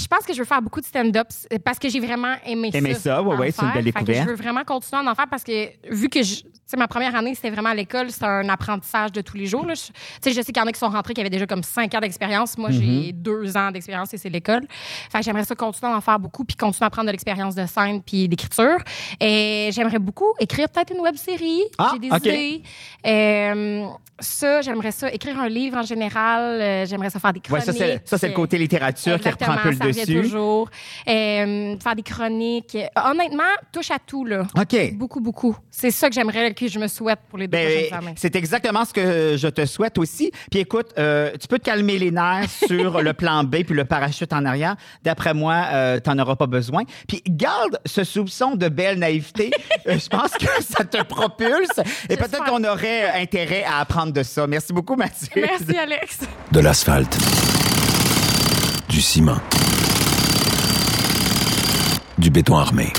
je pense que je veux faire beaucoup de stand-up c'est parce que j'ai vraiment aimé,
Aimé ça, ouais,
en
ouais, c'est une
faire.
belle
Fait que
découverte.
je veux vraiment continuer à en faire parce que vu que je, tu sais, ma première année, c'était vraiment à l'école, c'était un apprentissage de tous les jours. là. Je, tu sais, je sais qu'il y en a qui sont rentrés qui avaient déjà comme cinq ans d'expérience. Moi,
Mhm.
j'ai deux ans d'expérience et c'est l'école. Fait que j'aimerais ça continuer à en faire beaucoup puis continuer à prendre de l'expérience de scène puis d'écriture. Et j'aimerais beaucoup écrire peut-être une web série.
Ah,
j'ai des
OK.
idées. Euh, ça, j'aimerais ça écrire un livre en général. Euh, j'aimerais ça faire des
Ouais,
chroniques.
ça, c'est ça, c'est le côté littérature
Exactement,
qui reprend un peu
ça
le
revient
dessus.
toujours. Euh, faire des chroniques. Euh, Honnêtement, touche à tout, là.
OK.
Beaucoup, beaucoup. C'est ça que j'aimerais que je me souhaite pour les deux
Ben,
prochaines années.
c'est exactement ce que je te souhaite aussi. Puis écoute, euh, tu peux te calmer les nerfs sur le plan B puis le parachute en arrière. D'après moi, euh, t'en auras pas besoin. Puis garde ce soupçon de belle naïveté. Euh, je pense que ça te propulse. Et peut-être
J'espère.
qu'on aurait euh, intérêt à apprendre de ça. Merci beaucoup, Mathieu.
Merci, Alex.
De l'asphalte. Du ciment. Du béton armé.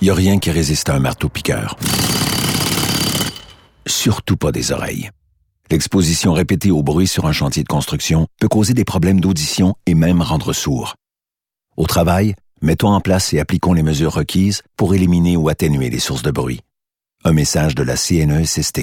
Y a rien qui résiste à un marteau-piqueur. Surtout pas des oreilles. L'exposition répétée au bruit sur un chantier de construction peut causer des problèmes d'audition et même rendre sourd. Au travail, mettons en place et appliquons les mesures requises pour éliminer ou atténuer les sources de bruit. Un message de la E CNESST.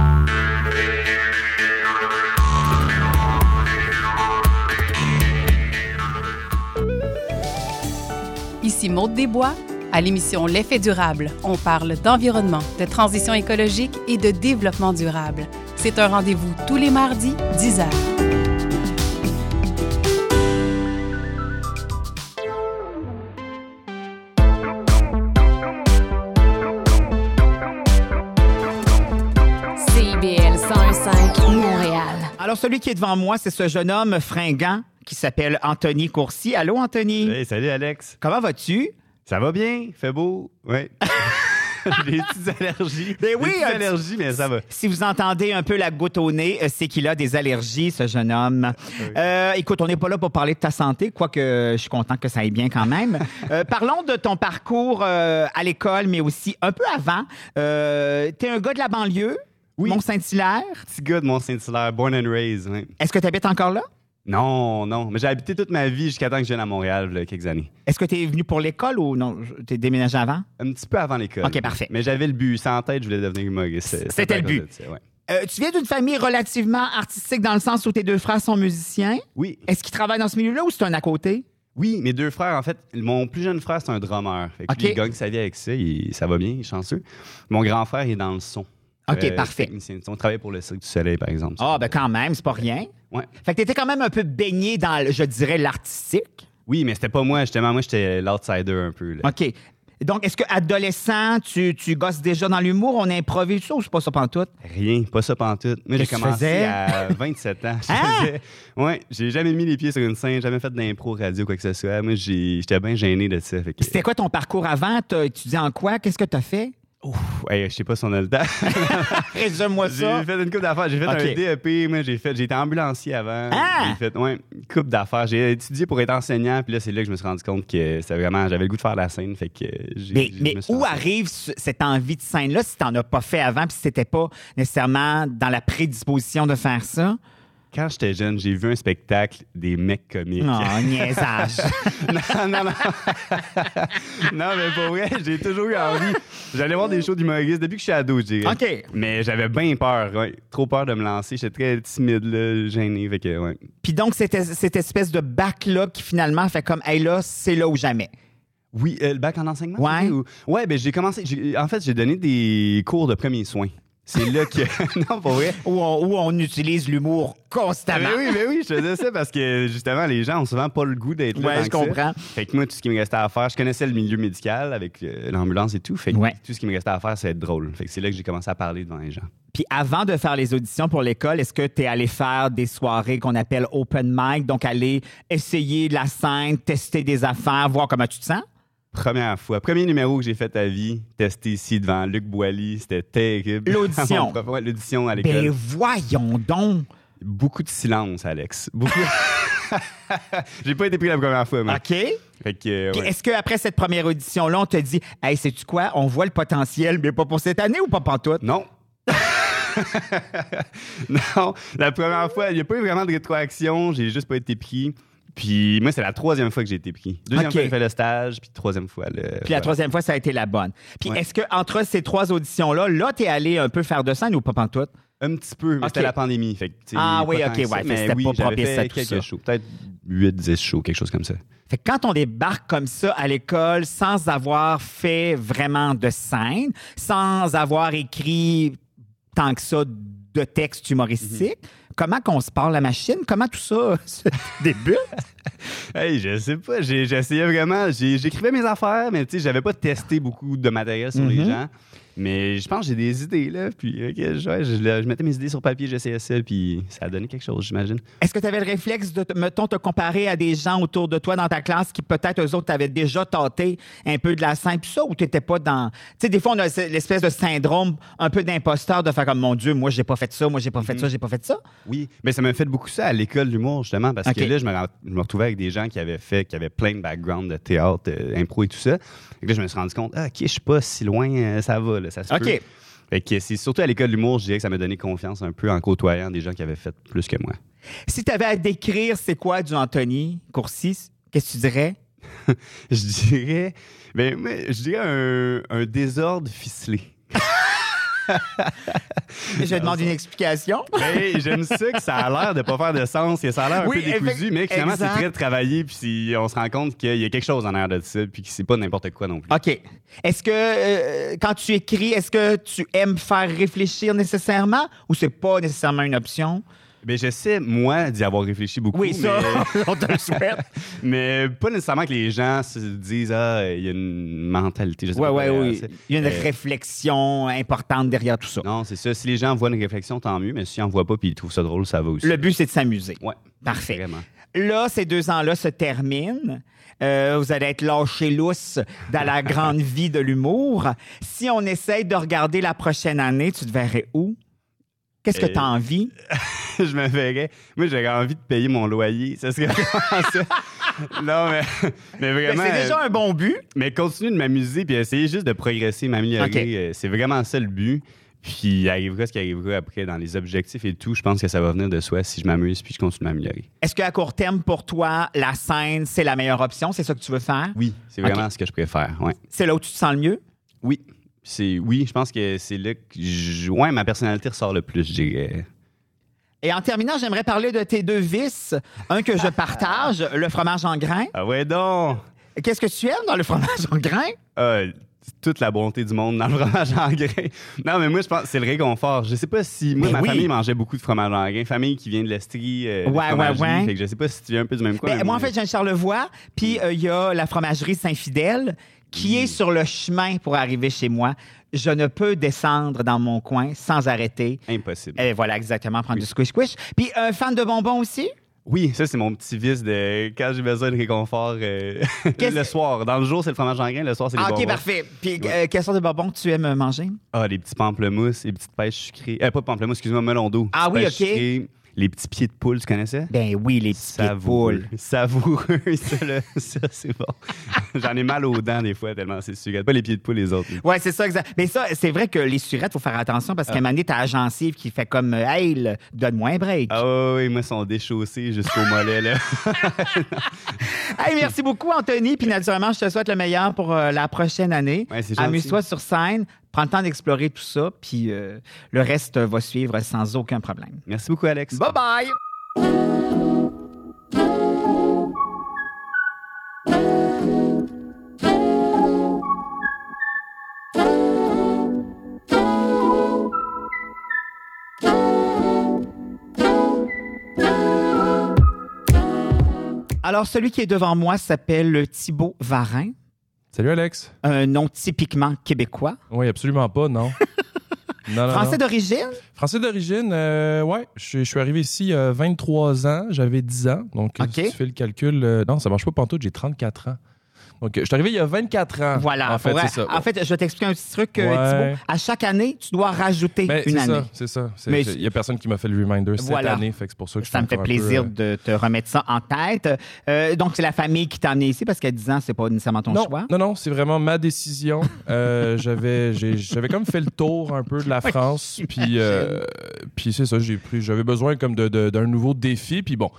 Ici Maude Desbois. À l'émission L'effet durable, on parle d'environnement, de transition écologique et de développement durable. C'est un rendez-vous tous les mardis, 10 h
CIBL 105 Montréal.
Alors, celui qui est devant moi, c'est ce jeune homme fringant qui s'appelle Anthony Courcy. Allô, Anthony?
Hey, salut Alex.
Comment vas-tu?
Ça va bien? Fait beau? Oui. Des petites allergies.
Ben
Des
oui,
petites
un
allergies, mais ça va.
Si vous entendez un peu la goutte au nez, euh, c'est qu'il a des allergies, ce jeune homme. Euh, écoute, on n'est pas là pour parler de ta santé, quoique euh, je suis content que ça aille bien quand même. Euh, parlons de ton parcours euh, à l'école, mais aussi un peu avant. Euh, T'es un gars de la banlieue,
Oui.
Mont-Saint-Hilaire.
Petit gars de Mont-Saint-Hilaire, born and raised. ouais.
Est-ce que tu habites encore là?
Non, non. Mais j'ai habité toute ma vie jusqu'à temps que je vienne à Montréal, il y a quelques années.
Est-ce que tu es venu pour l'école ou non? T'es déménagé avant?
Un petit peu avant l'école.
Ok, parfait.
Mais j'avais le but. Sans tête, je voulais devenir humoriste. C'est-
C'était
c'est à
le
cause
but.
de ça, ouais.
Euh, tu viens d'une famille relativement artistique dans le sens où tes deux frères sont musiciens.
Oui.
Est-ce qu'ils travaillent dans ce milieu-là ou c'est un à côté?
Oui, mes deux frères, en fait, mon plus jeune frère, c'est un drummer. Fait que lui,
Ok.
il gagne sa vie avec ça, il- ça va bien, il est chanceux. Mon grand frère, il est dans le son. Euh,
Ok, parfait.
technicien de son. Il travaille pour le Cirque du Soleil, par exemple.
Ah, ben quand même, c'est pas rien.
Ouais.
Fait que t'étais quand même un peu baigné dans, le- je dirais, l'artistique.
Oui, mais c'était pas moi, justement. Moi, j'étais l'outsider un peu. là.
OK. Donc, est-ce que adolescent, tu, tu gosses déjà dans l'humour, on improvise ça ou c'est pas ça pantoute?
Rien, pas ça pantoute. Moi, j'ai
Qu'est-ce que tu
commencé
faisais?
à 27 ans. Je
Hein?
faisais- Ouais, j'ai jamais mis les pieds sur une scène, jamais fait d'impro radio, quoi que ce soit. Moi, j'ai- j'étais bien gêné de ça. Fait que,
C'était quoi ton parcours avant? T'as étudié en quoi? Qu'est-ce que t'as fait?
Pff, hey, je sais pas si on a le temps.
Résume-moi
J'ai fait une coupe d'affaires. J'ai fait
Ok.
un DEP. Moi, j'ai fait. J'étais ambulancier avant.
Ah!
J'ai fait ouais, une coupe d'affaires. J'ai étudié pour être enseignant. Puis là, c'est là que je me suis rendu compte que c'était vraiment. J'avais le goût de faire la scène. Fait que j'ai.
Mais,
je
mais
me suis
où
lancé.
arrive ce- cette envie de scène-là si t'en as pas fait avant puis si t'étais pas nécessairement dans la prédisposition de faire ça?
Quand j'étais jeune, j'ai vu un spectacle des mecs comiques.
Non, Ah, niaisage.
non, non, non. non, mais pour vrai, j'ai toujours eu envie. J'allais voir des shows d'humoristes depuis que je suis ado, je dirais.
OK.
Mais j'avais bien peur, ouais. Trop peur de me lancer. J'étais très timide, là, gêné. Fait que, ouais.
Puis donc, c'était cette espèce de bac-là qui finalement fait comme, hey là, c'est là ou jamais.
Oui, euh, le bac en enseignement?
Ouais.
c'était, ou- Ouais, ben j'ai commencé. j'ai- En fait, j'ai donné des cours de premiers soins. C'est là que. non, pour vrai.
Où on, où on utilise l'humour constamment.
Ben oui, ben oui, je faisais ça parce que justement, les gens ont souvent pas le goût d'être là.
Ouais,
tant
je
que ça.
comprends.
Fait que moi, tout ce qui me restait à faire, je connaissais le milieu médical avec euh, l'ambulance et tout. Fait que
Ouais.
tout ce qui me restait à faire, c'est être drôle. Fait que c'est là que j'ai commencé à parler devant les gens.
Puis avant de faire les auditions pour l'école, est-ce que tu es allé faire des soirées qu'on appelle open mic, donc aller essayer de la scène, tester des affaires, voir comment tu te sens?
Première fois, premier numéro que j'ai fait à vie, testé ici devant Luc Boilly, c'était terrible.
L'audition.
Mon prof- ouais, L'audition à l'école.
Ben voyons donc.
Beaucoup de silence, Alex. Beaucoup. j'ai pas été pris la première fois, moi.
OK.
Fait que, euh,
Puis
ouais.
Est-ce qu'après cette première audition-là, on te dit, hey, sais-tu quoi, on voit le potentiel, mais pas pour cette année ou pas pantoute?
Non. Non, la première fois, il n'y a pas eu vraiment de rétroaction, j'ai juste pas été pris. Puis moi, c'est la troisième fois que j'ai été pris. Deuxième
OK.
fois, j'ai fait le stage, puis troisième fois, le.
Puis la
voilà.
troisième fois, ça a été la bonne. Puis
Ouais.
est-ce qu'entre ces trois auditions-là, là, t'es allé un peu faire de scène ou pas pantoute?
Un petit peu, mais
OK.
c'était la pandémie. Fait, que, tu sais,
Ah
pas
oui,
tant
OK,
que ça,
ouais, fait que
mais
c'était
oui,
pas
j'avais
propice
fait
à tout
quelques
ça.
shows, peut-être 8, 10 shows, quelque chose comme ça.
Fait que quand on débarque comme ça à l'école sans avoir fait vraiment de scène, sans avoir écrit tant que ça de texte humoristique,
Mm-hmm.
comment qu'on se parle la machine? Comment tout ça se débute?
Hey, je sais pas, j'ai- j'essayais vraiment, j'ai- j'écrivais mes affaires, mais tu sais, j'avais pas testé beaucoup de matériel sur les
Mhm.
gens. Mais je pense que j'ai des idées, là. Puis ok, je, ouais, je- je mettais mes idées sur papier, j'essayais ça, puis ça a donné quelque chose, j'imagine.
Est-ce que tu avais le réflexe de, te- mettons, te comparer à des gens autour de toi dans ta classe qui peut-être eux autres t'avaient déjà tenté un peu de la scène, puis ça, ou t'étais pas dans. Tu sais, des fois, on a ce- l'espèce de syndrome un peu d'imposteur de faire comme mon Dieu, moi, j'ai pas fait ça, moi, j'ai pas
Mm-hmm.
fait ça, j'ai pas fait ça.
Oui, mais ça m'a fait beaucoup ça à l'école d'humour, justement, parce
Ok.
que là, je me, ren- je me retrouvais avec des gens qui avaient fait, qui avaient plein de backgrounds de théâtre, euh, impro et tout ça. Et là, je me suis rendu compte, ah, OK, je suis pas si loin, euh, ça va, là, ça se
Ok.
peut. Fait que c'est surtout à l'école d'humour, je dirais que ça m'a donné confiance un peu en côtoyant des gens qui avaient fait plus que moi.
Si t'avais à décrire c'est quoi du Anthony Coursis, qu'est-ce que tu dirais?
Je dirais, ben, moi, je dirais un, un désordre ficelé.
Je demande une explication.
Ben, j'aime ça que ça a l'air de pas faire de sens, que ça a l'air un
Oui,
peu décousu,
effect-
mais que finalement, c'est
exact.
très travaillé, puis c'est- on se rend compte qu'il y a quelque chose en arrière de ça, puis que c'est pas n'importe quoi non plus.
OK. Est-ce que euh, quand tu écris, est-ce que tu aimes faire réfléchir nécessairement ou c'est pas nécessairement une option?
Ben, je sais, moi, d'y avoir réfléchi beaucoup.
Oui, ça,
mais-
on te le souhaite.
Mais, pas nécessairement que les gens se disent, ah, il y a une mentalité, je sais
Ouais,
pas.
ouais,
derrière
oui.
ça.
Il y a une
Euh,
réflexion importante derrière tout ça.
Non, c'est ça. Si les gens voient une réflexion, tant mieux, mais s'ils en voient pas puis ils trouvent ça drôle, ça va aussi.
Le but, c'est de s'amuser.
Ouais.
Parfait.
Vraiment.
Là, ces deux ans-là se terminent. Euh, vous allez être lâchés lousse dans la grande vie de l'humour. Si on essaye de regarder la prochaine année, tu te verrais où? Qu'est-ce que
Euh,
tu as envie?
je me verrais. Moi, j'aurais envie de payer mon loyer. Ça serait vraiment ça. Non, mais,
Ben,
mais vraiment.
c'est déjà
euh,
un bon but.
Mais continue de m'amuser puis essayer juste de progresser, m'améliorer.
OK.
Euh, C'est vraiment ça le but. Puis il arrivera ce qui arrivera après dans les objectifs et tout. Je pense que ça va venir de soi si je m'amuse puis je continue de m'améliorer.
Est-ce qu'à court terme, pour toi, la scène, c'est la meilleure option? C'est ça que tu veux faire?
Oui, c'est
OK.
vraiment ce que je préfère. Ouais.
C'est là où tu te sens le mieux?
Oui, c'est oui. Je pense que c'est là que je- ouais, ma personnalité ressort le plus. je dirais.
Et en terminant, j'aimerais parler de tes deux vices. Un que je partage, le fromage en grain.
Ah ouais donc.
Qu'est-ce que tu aimes dans le fromage en grain?
Euh, toute la bonté du monde dans le fromage en grain. Non, mais moi, je pense que c'est le réconfort. Je sais pas si. Moi,
Mais
ma
oui.
famille mangeait beaucoup de fromage en grain. Famille qui vient de l'Estrie. euh, des
Ouais, ouais,
fromageries.
ouais.
Fait que je sais pas si tu viens un peu du même coin.
Ben,
mais
moi, en fait, j'ai un Charlevoix, puis euh, il y a la fromagerie Saint-Fidèle qui est sur le chemin pour arriver chez moi. Je ne peux descendre dans mon coin sans arrêter.
Impossible.
Et voilà, exactement, prendre du squish-squish. Puis un fan de bonbons aussi?
Oui, ça, c'est mon petit vice de quand j'ai besoin de réconfort euh, le
Qu'est-ce-
soir. Dans le jour, c'est le fromage en grain. Le soir, c'est les
Ah, OK,
bonbons.
parfait. Puis euh, quelle sorte de bonbons tu aimes manger?
Ah, les petits pamplemousses, les petites pêches sucrées. Euh, pas pamplemousses, excuse-moi, melon d'eau.
Ah
Petites
oui,
pêches
OK.
sucrées, les petits pieds de poule, tu connais ça?
Ben oui, les petits pieds de poule.
Savoureux, ça, là, ça c'est bon. J'en ai mal aux dents des fois tellement c'est sucré. Pas les pieds de poule, les autres. là.
Oui, c'est ça, exact. Mais ça, c'est vrai que les surettes, faut faire attention
Euh.
parce qu'à un moment donné, t'as la gencive qui fait comme euh, Hey, le- donne-moi un break.
Ah oui, oui, moi, ils sont déchaussés jusqu'au mollet, là.
Hey, merci beaucoup, Anthony. Puis naturellement, je te souhaite le meilleur pour euh, la prochaine année.
Ouais, c'est gentil.
Amuse-toi sur scène, prends le temps d'explorer tout ça, puis euh, le reste euh, va suivre sans aucun problème.
Merci beaucoup, Alex.
Bye bye! Alors, celui qui est devant moi s'appelle Thibaut Varin,
Salut Alex.
un nom typiquement québécois.
Oui, absolument pas, non. Ah, Non, non,
Français
non.
d'origine?
Français d'origine, euh, ouais. Je, suis- je suis arrivé ici il y a 23 ans, j'avais 10 ans. Donc,
Ok.
euh, si tu fais le calcul. euh, non, ça marche pas pantoute, j'ai 34 ans. Donc, euh, je suis arrivé il y a 24 ans.
Voilà.
En fait,
Ouais.
c'est ça.
En fait, je vais t'expliquer un petit truc, euh,
Ouais.
Thibaut. À chaque année, tu dois rajouter
Ben,
une
c'est
année.
ça, c'est ça. C'est-
Mais-
Il y a personne qui m'a fait le reminder cette
Voilà.
année, fait que c'est pour ça que je
Ça
suis
me fait
encore un peu,
plaisir de
euh,
te remettre ça en tête. Euh, donc, c'est la famille qui t'a amené ici parce qu'à 10 ans, c'est pas nécessairement ton
non,
choix.
Non, non, c'est vraiment ma décision. Euh, j'avais, j'ai- j'avais comme fait le tour un peu de la France, puis, euh, puis c'est ça, j'ai pris, j'avais besoin comme de- de- d'un nouveau défi, puis bon.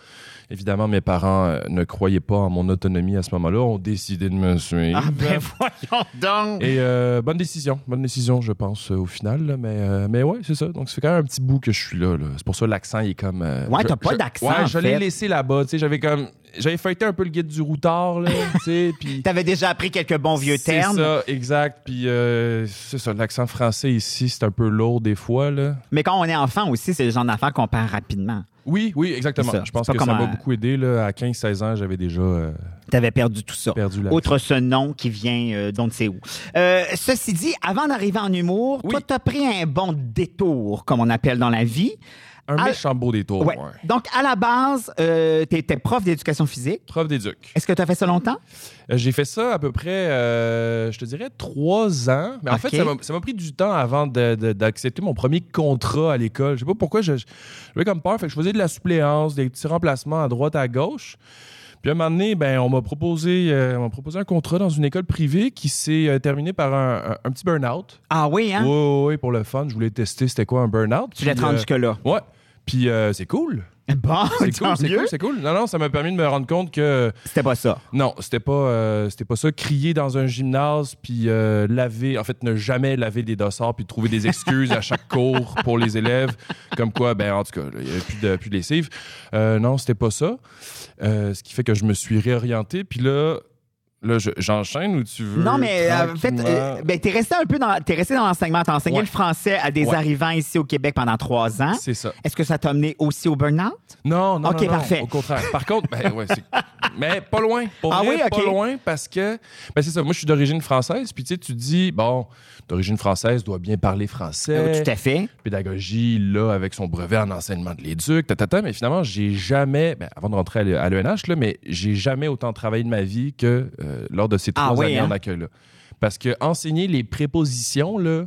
Évidemment, mes parents euh, ne croyaient pas en mon autonomie à ce moment-là, ont décidé de me suivre.
Ah, ben voyons donc!
Et euh, bonne décision, bonne décision, je pense, euh, au final. là, mais, euh, mais ouais, c'est ça. Donc, ça fait quand même un petit bout que je suis là. là. C'est pour ça l'accent, il est comme. euh,
Ouais,
je-
t'as pas
je-
d'accent, en
Ouais, je l'ai
fait.
laissé là-bas. Tu sais, j'avais comme. J'avais feuilleté un peu le guide du routard, là. tu sais, puis.
T'avais déjà appris quelques bons vieux termes.
C'est ça, exact. Puis, euh, c'est ça, l'accent français ici, c'est un peu lourd des fois, là.
Mais quand on est enfant aussi, c'est le genre d'enfant qu'on perd rapidement.
Oui, oui, exactement.
C'est ça.
Je pense
C'est
que
pas
ça
comme
m'a
un-
beaucoup aidé, là. À 15-16 ans, j'avais déjà. euh,
T'avais perdu tout ça.
Perdu l'accent.
Outre ce nom qui vient euh, d'on ne sait où. Euh, ceci dit, avant d'arriver en humour, toi, t'as pris un bon détour, comme on appelle dans la vie.
Un
À-
méchant beau détour,
Ouais.
ouais.
Donc, à la base, euh, t'étais prof d'éducation physique.
Prof d'éduc.
Est-ce que t'as fait ça longtemps?
Euh, J'ai fait ça à peu près, euh, je te dirais, trois ans. Mais en
Ok.
fait, ça m'a- ça m'a pris du temps avant de- de- d'accepter mon premier contrat à l'école. Je sais pas pourquoi, je- je- j'avais comme peur. Fait que je faisais de la suppléance, des petits remplacements à droite, à gauche. Puis à un moment donné, ben, on m'a proposé, euh, on m'a proposé un contrat dans une école privée qui s'est euh, terminé par un, un- un petit burn-out.
Ah oui, hein?
Oui, oui, oui, pour le fun. Je voulais tester c'était quoi un burn-out. euh,
Tu l'as te rendu jusque-là.
Ouais. Puis euh, c'est cool.
Bon,
C'est cool,
tant
c'est
mieux.
cool, c'est cool. Non, non, ça m'a permis de me rendre compte que.
C'était pas ça.
Non, c'était pas, euh, c'était pas ça. Crier dans un gymnase, puis euh, laver, en fait, ne jamais laver des dossards, puis trouver des excuses à chaque cours pour les élèves, comme quoi, ben, en tout cas, là, il n'y avait plus de, plus de lessive. Euh, non, c'était pas ça. Euh, ce qui fait que je me suis réorienté, puis là, là je- j'enchaîne ou tu veux.
Non, mais euh, en fait,
tranquillement?
euh, ben, t'es resté un peu dans, t'es resté dans l'enseignement. T'as enseigné
Ouais.
le français à des
Ouais.
arrivants ici au Québec pendant trois ans.
C'est ça.
Est-ce que ça t'a amené aussi au burn-out?
Non, non,
OK,
non, non,
parfait.
Au contraire. Par contre, ben ouais, c'est- mais pas loin. Pour
Ah
vrai,
oui, OK.
pas loin parce que ben c'est ça. Moi, je suis d'origine française. Puis tu sais, tu dis bon, d'origine française, doit bien parler français.
Euh, tout à fait.
Pédagogie là avec son brevet en enseignement de l'éduc, ta, ta, ta. Mais finalement, j'ai jamais, ben, avant de rentrer à l'E- à l'ENH là, mais j'ai jamais autant travaillé de ma vie que euh, lors de ces
Ah
trois
oui,
années
hein?
en accueil là. Parce que enseigner les prépositions là.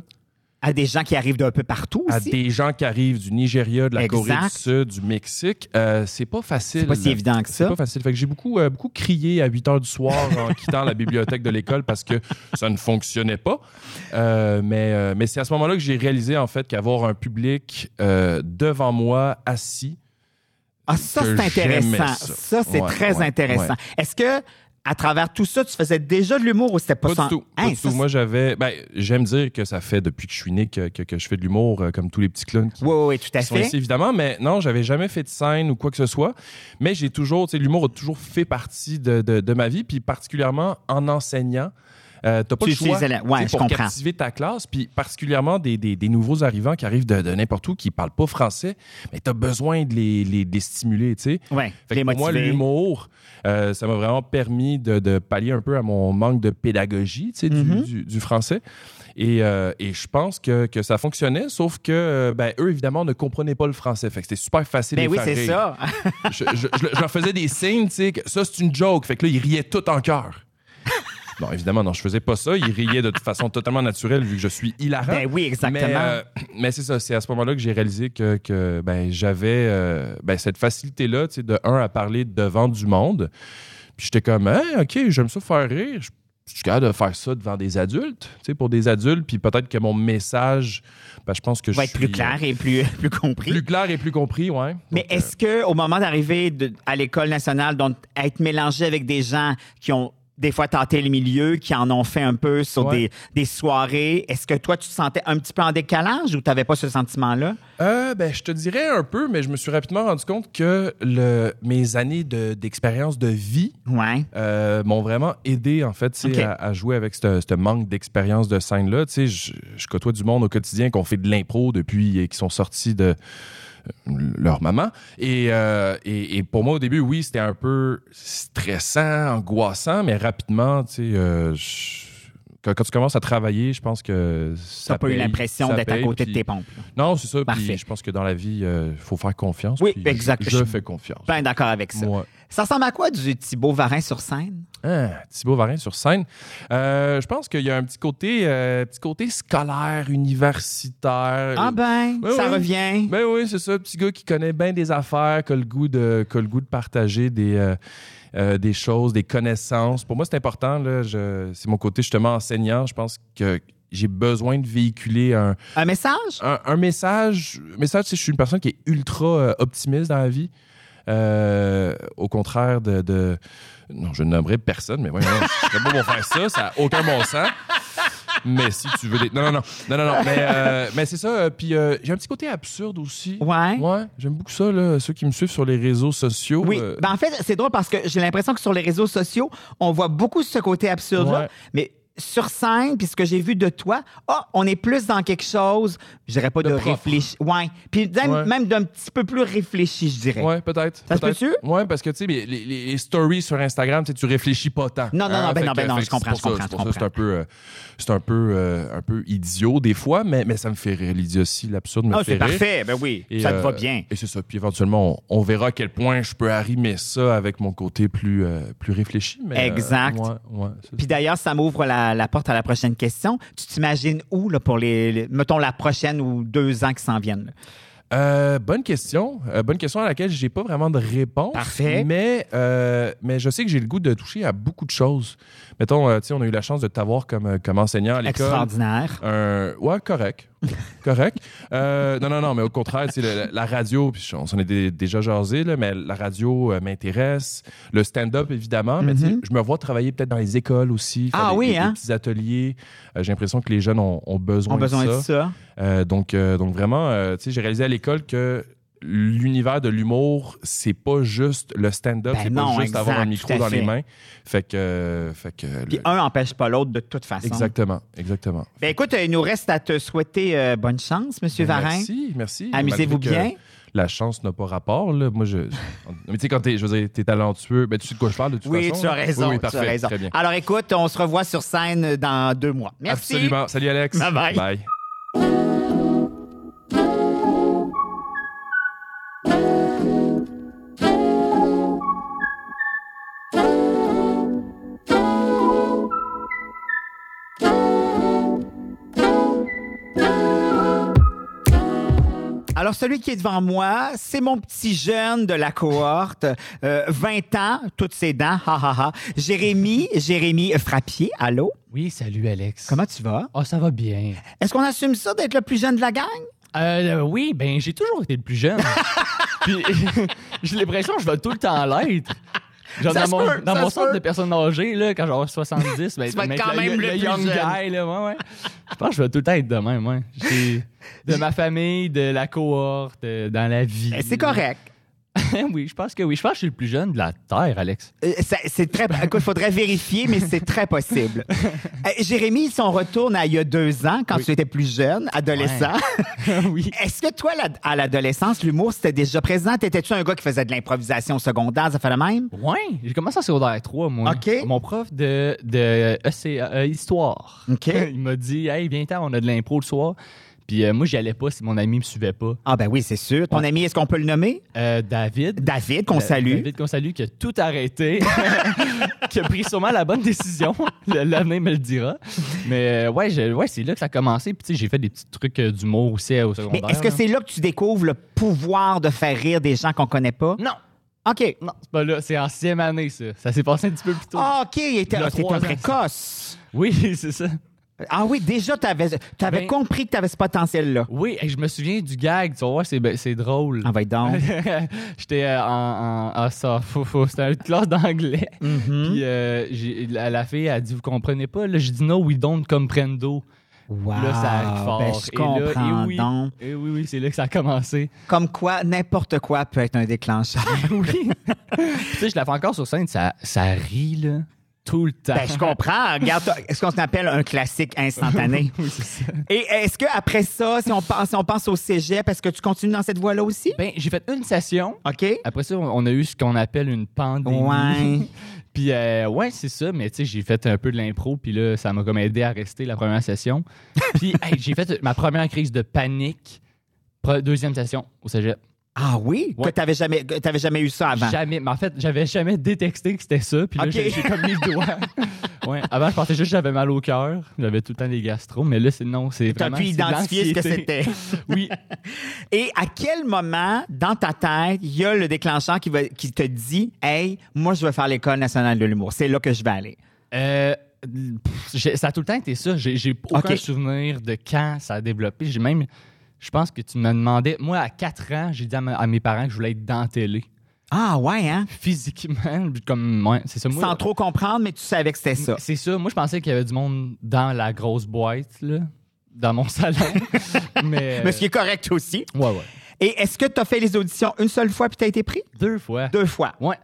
À des gens qui arrivent d'un peu partout
À
aussi.
des gens qui arrivent du Nigeria, de la Corée du
Exact.
Sud, du Mexique, euh, c'est pas facile.
C'est pas si évident que ça.
C'est pas facile. Fait que j'ai beaucoup, euh, beaucoup crié à 8 heures du soir en quittant la bibliothèque de l'école parce que ça ne fonctionnait pas. Euh, mais euh, mais c'est à ce moment-là que j'ai réalisé, en fait, qu'avoir un public euh, devant moi, assis.
Ah, ça,
que
c'est
j'aimais
intéressant.
ça.
Ça, c'est
Ouais,
très
ouais,
intéressant.
ouais.
Est-ce que, à travers tout ça, tu faisais déjà de l'humour ou c'était pas,
Pas
sans-
du tout. pas
Hein,
du
ça,
tout. Moi, j'avais. Ben, j'aime dire que ça fait depuis que je suis né que, que, que je fais de l'humour euh, comme tous les petits clowns qui,
Oui, oui, oui, tout à
qui sont
fait.
ici, évidemment. Mais non, j'avais jamais fait de scène ou quoi que ce soit. Mais j'ai toujours, tu sais, l'humour a toujours fait partie de, de- de ma vie, puis particulièrement en enseignant. Euh, t'as pas
Tu
le choix
utilisais la- ouais,
tu sais,
je
pour
comprends.
captiver ta classe, puis particulièrement des, des- des nouveaux arrivants qui arrivent de, de n'importe où, qui parlent pas français, mais t'as besoin de les, les- de les stimuler, tu sais.
Ouais,
Fait
les
que pour moi,
motiver.
l'humour, euh, ça m'a vraiment permis de, de pallier un peu à mon manque de pédagogie, tu sais, du-
Mhm.
du, du français. Et, euh, et je pense que, que ça fonctionnait, sauf que euh, ben, eux, évidemment, ne comprenaient pas le français. Fait que c'était super facile
Ben
de les
oui,
faire
c'est
rire.
ça.
je, je- je- je leur faisais des signes, tu sais, que ça, c'est une joke. Fait que là, ils riaient tout en cœur. Bon, évidemment, non, je faisais pas ça. Ils riaient de toute façon totalement naturelle vu que je suis hilarant.
Ben oui, exactement.
Mais, euh, mais c'est ça, c'est à ce moment-là que j'ai réalisé que, que, ben, j'avais euh, ben, cette facilité-là, tu sais, de un, à parler devant du monde. Puis j'étais comme, Hey, OK, j'aime ça faire rire. Je- Je suis capable de faire ça devant des adultes, tu sais, pour des adultes. Puis peut-être que mon message, ben, je pense que je
va être
suis,
plus clair et plus, plus compris.
plus clair et plus compris, ouais. euh,
Mais est-ce que au moment d'arriver de- à l'école nationale, donc être mélangé avec des gens qui ont des fois tenté le milieu, qui en ont fait un peu sur
Ouais.
des, des soirées, est-ce que toi tu te sentais un petit peu en décalage ou tu n'avais pas ce sentiment-là?
Euh, ben, je te dirais un peu, mais je me suis rapidement rendu compte que le, mes années de- d'expérience de, vie
Ouais.
euh, m'ont vraiment aidé, en fait, tu sais,
Ok.
à, à jouer avec ce ce manque d'expérience de scène-là. Tu sais, Je, je côtoie du monde au quotidien qui ont fait de l'impro depuis et qui sont sortis de euh, leur maman. Et, euh, et, et pour moi, au début, oui, c'était un peu stressant, angoissant, mais rapidement, tu sais, euh, je- quand, quand tu commences à travailler, je pense que
Tu
ça
n'as pas eu
paye,
l'impression
ça
d'être à
paye,
côté
puis-
de tes pompes. là.
non, c'est ça.
Parfait.
Puis je pense que dans la vie, il euh, faut faire confiance.
Oui,
puis
exact.
Je,
Je
je
suis
fais confiance.
Ben d'accord avec ça.
Moi.
Ça ressemble à quoi du Thibaut Varin sur scène?
Ah, Thibaut Varin sur scène. Euh, je pense qu'il y a un petit côté, euh, petit côté scolaire, universitaire.
Ah ben, ça revient.
Ben oui, c'est ça. Petit gars qui connaît bien des affaires, qui a le goût de, qui a le goût de partager des, euh, euh, des choses, des connaissances. Pour moi, c'est important. là. Je- C'est mon côté justement enseignant. Je pense que j'ai besoin de véhiculer un,
Un message?
un, un message, message c'est que je suis une personne qui est ultra euh, optimiste dans la vie. Euh, au contraire de, de- Non, je ne nommerai personne, mais voyons, je serais pas pour faire ça, ça n'a aucun bon sens. Mais si tu veux... Des... Non, non, non, non, non, non, mais, euh, mais c'est ça. euh, Puis euh, j'ai un petit côté absurde aussi.
Ouais.
Ouais, j'aime beaucoup ça, là, ceux qui me suivent sur les réseaux sociaux.
Oui.
euh,
Ben, en fait, c'est drôle parce que j'ai l'impression que sur les réseaux sociaux, on voit beaucoup ce côté absurde-là.
Ouais.
Mais sur scène, puis ce que j'ai vu de toi, ah, on est plus dans quelque chose, je dirais pas de,
propre.
réfléchi. Ouais. Puis même,
Ouais.
même d'un petit peu plus réfléchi, je dirais.
Ouais, peut-être.
Ça se
peut-être.
peut-tu?
Ouais, parce que tu sais, les, les- les stories sur Instagram, tu sais, tu réfléchis pas tant. Hein?
Non, non, non, ben
Fait
non, ben
que-
non,
fait
je
que
comprends,
c'est pour
je
ça-
comprends,
c'est
je
pour ça, C'est un peu, euh, c'est un peu, euh, un peu idiot des fois, mais, mais ça me fait rire. L'idiotie, l'absurde me
Ah,
fait
c'est
rire.
parfait. Ben oui,
Et,
ça te va
euh,
bien.
Et c'est ça. Puis éventuellement, on, on verra à quel point je peux arrimer ça avec mon côté plus, euh, plus réfléchi. Mais, euh,
Exact.
ouais, ouais, c'est ça.
Puis d'ailleurs, ça m'ouvre la, la porte à la prochaine question. Tu t'imagines où là, pour les, les- mettons la prochaine ou deux ans qui s'en viennent? là?
Euh, bonne question. Euh, bonne question à laquelle j'ai pas vraiment de réponse.
Parfait.
Mais, euh, mais je sais que j'ai le goût de toucher à beaucoup de choses. Mettons, euh, tu sais, on a eu la chance de t'avoir comme, euh, comme enseignant à l'école.
Extraordinaire.
Euh, ouais, correct. correct. Euh, non, non, non, mais au contraire, tu sais, la, la radio, puis on s'en est dé- déjà jasé, là, mais la radio euh, m'intéresse. Le stand-up, évidemment, mais tu sais,
Mhm.
je me vois travailler peut-être dans les écoles aussi. faire
Ah
des,
oui,
des- des
hein?
petits ateliers. Euh, j'ai l'impression que les jeunes ont, ont besoin,
On a besoin
de
de
ça.
ça.
Euh, donc, euh, donc vraiment, euh, tu sais, j'ai réalisé à l'école que l'univers de l'humour, c'est pas juste le stand-up,
Ben
c'est
non,
pas juste
exact,
avoir un
tout à
micro dans
fait.
les mains. Fait que, euh, fait que le-
Puis un n'empêche pas l'autre de toute façon.
exactement, exactement.
Ben écoute, euh, il nous reste à te souhaiter euh, bonne chance, Monsieur
Ben,
Varin.
Merci, merci.
Amusez-vous
Malgré que
bien.
La chance n'a pas rapport. Là. Moi, je. Mais tu sais, quand t'es, je veux dire, t'es talentueux, ben, tu sais de quoi je parle de toute
Oui,
façon.
tu as
là.
raison.
Oui, oui,
tu as
parfait,
raison.
Très bien.
Alors écoute, on se revoit sur scène dans deux mois. Merci.
Absolument. Salut, Alex.
Bye bye.
Bye.
Alors, celui qui est devant moi, c'est mon petit jeune de la cohorte, euh, 20 ans, toutes ses dents, ha ha ha. Jérémy, Jérémy Frappier, allô?
Oui, salut Alex.
Comment tu vas?
Ah, ça va bien.
Est-ce qu'on assume ça d'être le plus jeune de la gang?
Euh, oui, ben j'ai toujours été le plus jeune. Puis j'ai l'impression que je vais tout le temps l'être. Genre
Ça
dans
se
mon,
peut,
dans
ça
mon
se
centre
peut.
de personnes âgées, là, quand j'aurai 70, ben,
Tu vas être
ben,
quand même le plus
young
jeune.
guy, là, ouais, ouais. Je pense que je vais tout le temps être de même, ouais. J'ai- De ma famille, de la cohorte, euh, dans la vie.
Eh, C'est correct.
oui, je pense que oui. Je pense que je suis le plus jeune de la Terre, Alex.
Euh, ça- C'est très. Écoute, faudrait vérifier, mais c'est très possible. Euh, Jérémy, si on retourne à il y a deux ans, quand tu étais plus jeune, adolescent,
oui.
est-ce que toi, la- à l'adolescence, l'humour, c'était déjà présent? T'étais-tu un gars qui faisait de l'improvisation au secondaire, ça fait le même?
Ouais, j'ai commencé en secondaire 3, moi.
OK.
Mon prof de, de ECA, euh, Histoire,
OK.
il m'a dit Hey, viens tard, on a de l'impro le soir. Puis euh, moi, j'y allais pas si mon ami me suivait pas.
Ah, ben oui, c'est sûr. Ton ami, est-ce qu'on peut le nommer?
Euh, David.
David, qu'on
Euh,
salue.
David, qu'on salue, qui a tout arrêté, qui a pris sûrement la bonne décision. Le- L'avenir me le dira. Mais euh, ouais, je- ouais c'est là que ça a commencé. Puis tu sais, j'ai fait des petits trucs euh, d'humour aussi euh, au
Mais
secondaire.
est-ce que
là.
c'est là que tu découvres le pouvoir de faire rire des gens qu'on connaît pas?
Non,
OK.
non, c'est pas là. C'est en sixième année, ça. Ça s'est passé un petit peu plus tôt.
Ah, OK, il était-
Il y a
ah, t'es
trois
un
ans,
précoce.
Oui, c'est ça.
Ah oui, déjà, tu avais,
Ben-
compris que tu avais ce potentiel-là.
Oui, hey, je me souviens du gag. Tu vas voir, c'est, ben- c'est drôle.
Ah, va être donc.
J'étais euh, en, en- ah, ça, fou, fou, c'était une classe d'anglais.
Mm-hmm.
Puis euh, j'ai- la, la fille a dit Vous comprenez pas Là, j'ai dit No, we don't comprendo.
Wow.
Là, ça arrive fort.
ben, je
Et là,
comprends
et oui,
donc.
et oui, oui, c'est là que ça a commencé.
Comme quoi, n'importe quoi peut être un déclencheur.
oui. tu sais, je la fais encore sur scène, ça, ça rit, là, tout le temps.
Ben, je comprends. Regarde, t'as- ce qu'on appelle un classique instantané.
oui, c'est ça.
Et est-ce qu'après ça, si on, pense, si on pense au cégep, est-ce que tu continues dans cette voie-là aussi?
Ben, j'ai fait une session.
OK?
Après ça, on on a eu ce qu'on appelle une pandémie.
Ouais.
Puis euh, ouais, c'est ça, mais tu sais, j'ai fait un peu de l'impro, puis là, ça m'a comme aidé à rester la première session. Puis hey, j'ai fait ma première crise de panique, Pre- deuxième session au cégep.
Ah oui? Que t'avais jamais, que t'avais jamais eu ça avant?
Jamais. Mais en fait, j'avais jamais détecté que c'était ça. Puis là,
Ok.
j'ai- j'ai comme mis le doigt. ouais. Avant, je pensais juste que j'avais mal au cœur. J'avais tout le temps des gastro. Mais là, c'est non, c'est
T'as
vraiment...
pu
c'est de
identifier ce que
l'anxiété.
c'était.
oui.
Et à quel moment, dans ta tête, il y a le déclencheur qui, va, qui te dit Hey, moi, je veux faire l'École nationale de l'humour. C'est là que je vais aller.
Euh, pff, j'ai- ça a tout le temps été ça. J'ai j'ai aucun
Ok.
souvenir de quand ça a développé. J'ai même... Je pense que tu me demandais... Moi, à 4 ans, j'ai dit à, ma- à mes parents que je voulais être dans la télé.
Ah ouais, hein?
Physiquement, comme... Ouais, c'est ça. Moi,
Sans trop comprendre, mais tu savais que c'était ça.
C'est ça. Moi, je pensais qu'il y avait du monde dans la grosse boîte, là, dans mon salon. mais,
Mais ce qui est correct aussi.
Ouais, ouais.
Et est-ce que tu as fait les auditions une seule fois puis tu as été pris?
Deux fois.
Deux fois.
Ouais.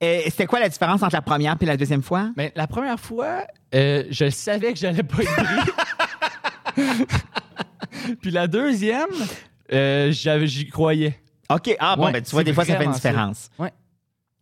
Et c'était quoi la différence entre la première puis la deuxième fois?
Mais Ben, la première fois, euh, je savais que j'allais pas être pris. Puis la deuxième, euh, j'avais- j'y croyais.
OK. Ah bon,
Ouais,
ben, tu vois,
c'est
des fois, ça fait une
vraiment ça.
différence.
Ouais.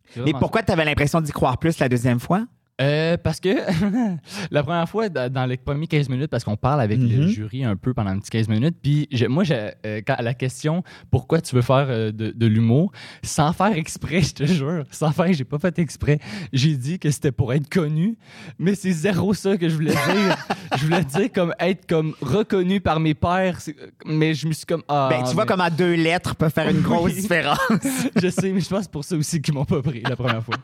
C'est
Mais
vraiment
pourquoi tu avais l'impression d'y croire plus la deuxième fois?
Euh, parce que la première fois, da- dans les premiers 15 minutes, parce qu'on parle avec le
Mhm.
jury un peu pendant un petit 15 minutes, puis j'ai- moi, j'ai, euh, quand- la question pourquoi tu veux faire euh, de, de l'humour, sans faire exprès, je te jure, sans faire, j'ai pas fait exprès, j'ai dit que c'était pour être connu, mais c'est zéro ça que je voulais dire. je voulais dire comme être comme reconnu par mes pairs, c'est- mais je me suis comme. Ah,
ben, tu vois
mais-
comment deux lettres peuvent faire une grosse
Oui.
différence.
je sais, mais je pense que c'est pour ça aussi qu'ils m'ont pas pris la première fois.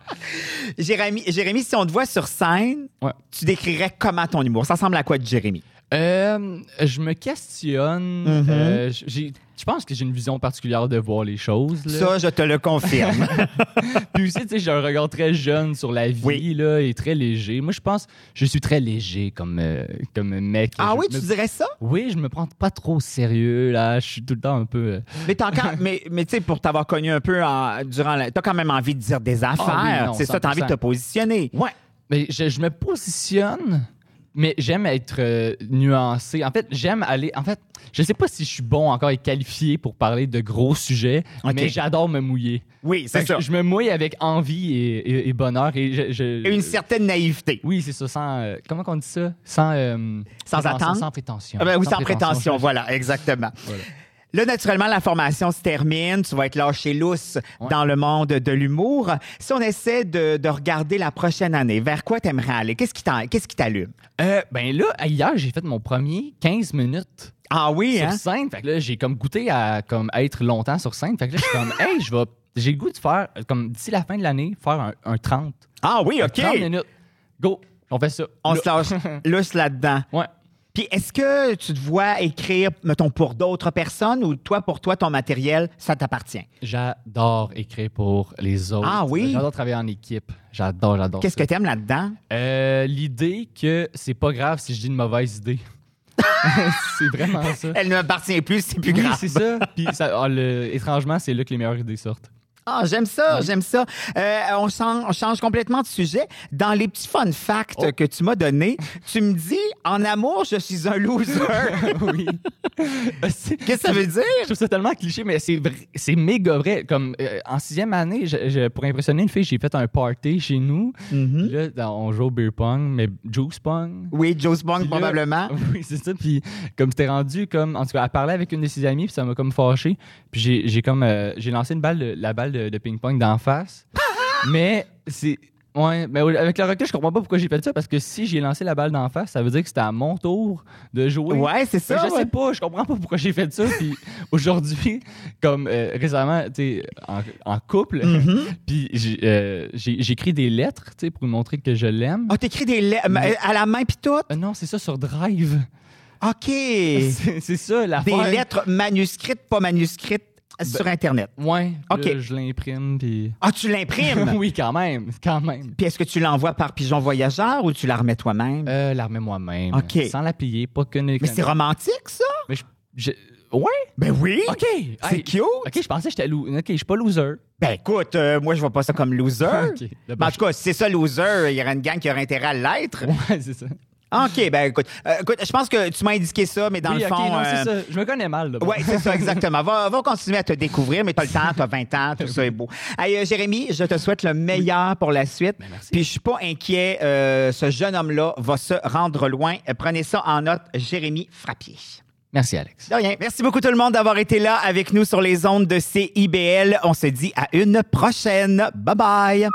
Jérémy, Jérémy, si on te voit sur scène, tu décrirais comment ton humour? Ça ressemble à quoi de Jérémy?
Euh, je me questionne.
Mhm.
Euh, j- j'ai- je pense que j'ai une vision particulière de voir les choses.
Ça, je te le confirme.
Puis aussi, tu sais, j'ai un regard très jeune sur la vie là, et très léger. Moi, je pense je suis très léger comme, euh, comme mec.
ah
Je
oui,
me-
tu dirais ça?
Oui, je me prends pas trop au sérieux. là. Je suis tout le temps un peu... euh,
Mais t'as encore, mais, mais tu sais, pour t'avoir connu un peu en- durant la, t'as quand même envie de dire des
Ah oui,
affaires.
non,
c'est ça, t'as envie de te
100%.
positionner.
Ouais. Mais je, je me positionne, mais j'aime être euh, nuancé. En fait, j'aime aller. En fait, je sais pas si je suis bon encore et qualifié pour parler de gros sujets,
Ok.
mais j'adore me mouiller.
Oui, c'est
Fait que
ça.
Ben, Je, je me mouille avec envie et, et- et bonheur. Et je- je-
Une certaine naïveté.
Oui, c'est ça. Sans, euh, comment on dit ça? Sans, euh,
Sans
prétention-
attendre.
Sans prétention.
Ah ben oui, sans, prétention, voilà, exactement. Là, naturellement, la formation se termine. Tu vas être lâché lousse dans le monde de l'humour. Si on essaie de, de regarder la prochaine année, vers quoi t'aimerais aller? Qu'est-ce qui t'en- qu'est-ce qui t'allume?
Euh, ben là, hier, j'ai fait mon premier 15 minutes.
Ah oui,
Sur
hein?
scène. Fait que là, j'ai comme goûté à comme être longtemps sur scène. Fait que là, je suis comme, hey, je vais. J'ai le goût de faire, euh, comme d'ici la fin de l'année, faire un, un 30.
Ah oui,
Un
OK.
30 minutes. Go. On fait ça.
On
Là.
se lâche lousse là-dedans.
Ouais.
Puis est-ce que tu te vois écrire, mettons, pour d'autres personnes ou toi, pour toi, ton matériel, ça t'appartient?
J'adore écrire pour les autres.
Ah oui?
J'adore travailler en équipe. J'adore, j'adore.
Qu'est-ce que
ça.
t'aimes là-dedans?
Euh, L'idée que c'est pas grave si je dis une mauvaise idée. c'est vraiment ça.
Elle ne m'appartient plus, c'est plus
Oui,
grave.
c'est ça. Puis, ça- ah, le- étrangement, c'est là que les meilleures idées sortent.
Ah, j'aime ça, j'aime ça. Euh, on, change, on change complètement de sujet. Dans les petits fun facts
Oh.
que tu m'as donnés, tu me dis en amour, je suis un loser.
oui. Qu'est-ce
que ça veut dire?
Je trouve ça tellement cliché, mais c'est vrai- c'est méga vrai. Comme euh, en sixième année, je- je- pour impressionner une fille, j'ai fait un party chez nous. Puis
Mm-hmm.
Là, dans- on joue au beer pong, mais juice pong.
Oui, Joe Bong,
Puis là-
probablement.
Oui, c'est ça. Puis comme c'était rendu comme en tout cas, elle parlait avec une de ses amies, puis ça m'a comme fâché. Puis j'ai j'ai comme euh, j'ai lancé une balle, de- la balle de, de ping-pong d'en face. mais c'est ouais, mais au- avec le recul, je comprends pas pourquoi j'ai fait ça parce que si j'ai lancé la balle d'en face, ça veut dire que c'était à mon tour de jouer.
Ouais, c'est ça,
Fait que Je
ouais.
sais pas, je comprends pas pourquoi j'ai fait ça. Puis aujourd'hui, comme euh, récemment, tu sais, en, en couple,
Mm-hmm.
puis j'ai- euh, j'ai- j'écris des lettres, tu sais, pour lui montrer que je l'aime.
Ah, t'écris des lettres
Mais-
à la main puis tout?
Euh, non, c'est ça sur Drive.
OK. Des
C'est c'est ça, la Ben,
lettres manuscrites, pas manuscrites, sur Internet.
Ouais.
OK.
Là, je l'imprime, puis...
Ah, tu l'imprimes?
oui, quand même, quand même.
Puis est-ce que tu l'envoies par pigeon voyageur ou tu la remets toi-même?
Euh, la remets moi-même.
OK.
Sans la plier, pas que... Mais
Mais c'est romantique, ça?
Mais je... je- Ouais?
Ben oui!
OK.
C'est
Hey,
cute!
OK, je pensais que j'étais... lou- OK, je suis pas loser.
Ben écoute, euh, moi je vois pas ça comme loser.
OK.
Mais en tout cas, si c'est ça loser, il y aurait une gang qui aurait intérêt à l'être.
Ouais, c'est ça.
OK, ben écoute, euh, écoute, je pense que tu m'as indiqué ça, mais dans
oui,
le fond.
OK, non, c'est
euh,
ça. Je me connais mal, là.
Ouais, c'est ça, exactement. Va, va continuer à te découvrir, mais t'as le temps, t'as 20 ans, tout ça est beau. Hey, euh, Jérémy, je te souhaite le meilleur pour la suite.
Ben,
Puis je suis pas inquiet, euh, ce jeune homme-là va se rendre loin. Prenez ça en note, Jérémy Frappier.
Merci, Alex.
De rien. Merci beaucoup tout le monde d'avoir été là avec nous sur les ondes de CIBL. On se dit à une prochaine. Bye bye.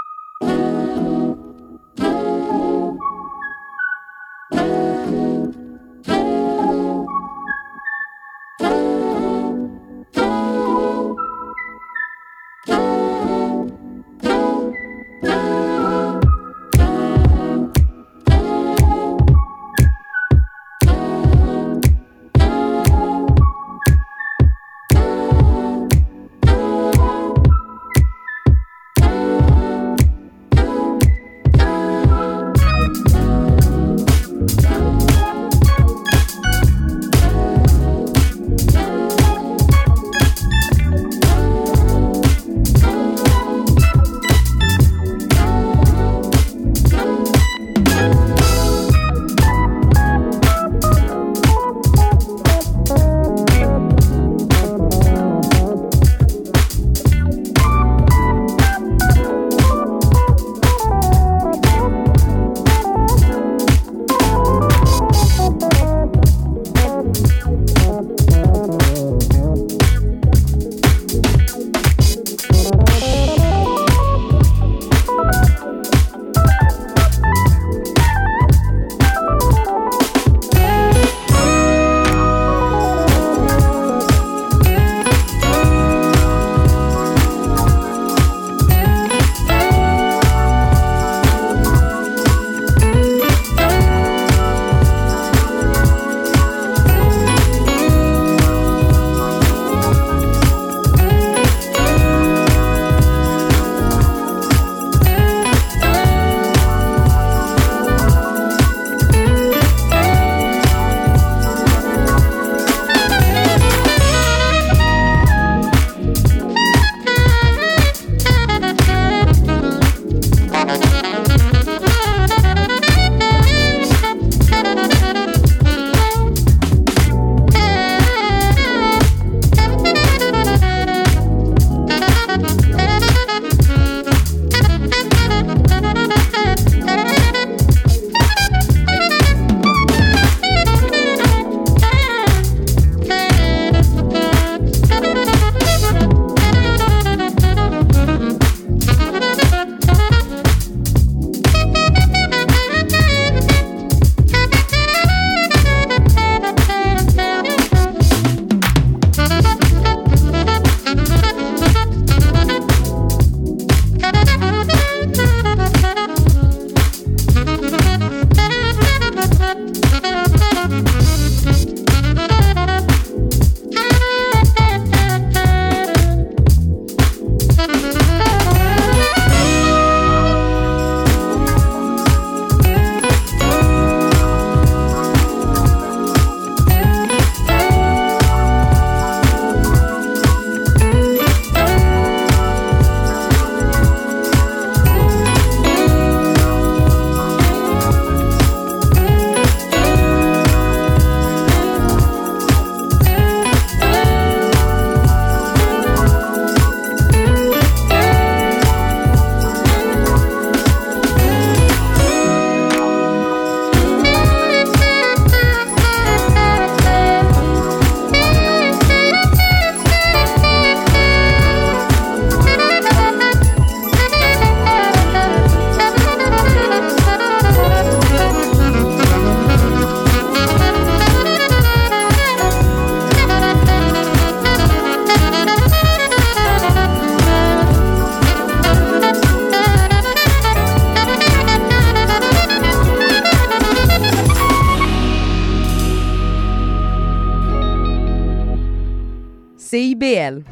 CIBL.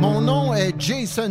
Mon nom est Jason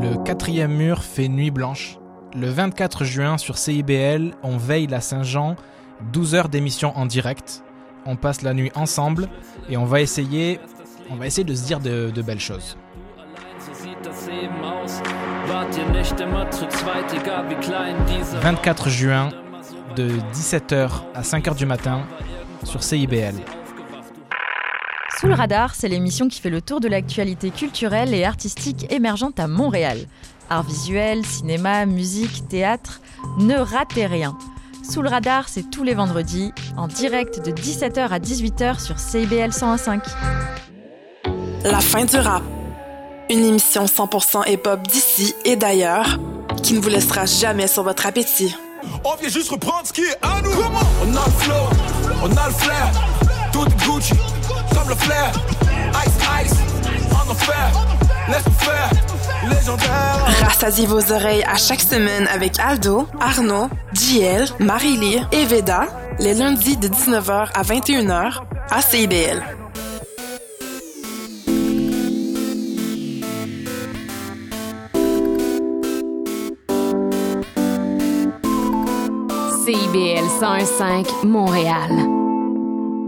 Le quatrième mur fait nuit blanche. Le 24 juin sur CIBL, on veille la Saint-Jean, 12 heures d'émission en direct. on passe la nuit ensemble et on va essayer, on va essayer de se dire de, de belles choses.
Mmh.
24 juin, de 17h à 5h du matin, sur CIBL.
Sous le radar, c'est l'émission qui fait le tour de l'actualité culturelle et artistique émergente à Montréal. Art visuel, cinéma, musique, théâtre, ne ratez rien. Sous le radar, c'est tous les vendredis, en direct de 17h à 18h sur CIBL 101.5.
La fin du rap. Une émission 100% hip-hop d'ici et d'ailleurs qui ne vous laissera jamais sur votre appétit.
On vient juste reprendre ce qui est à nous. On a le flow, on a le flair. Tout est Gucci, comme le flair. Ice, ice, en enfer. Laisse-nous faire, légendaire.
Rassasiez vos oreilles à chaque semaine avec Aldo, Arnaud, JL, Marie-Lee et Veda les lundis de 19h à 21h à CIBL.
CIBL 105 Montréal.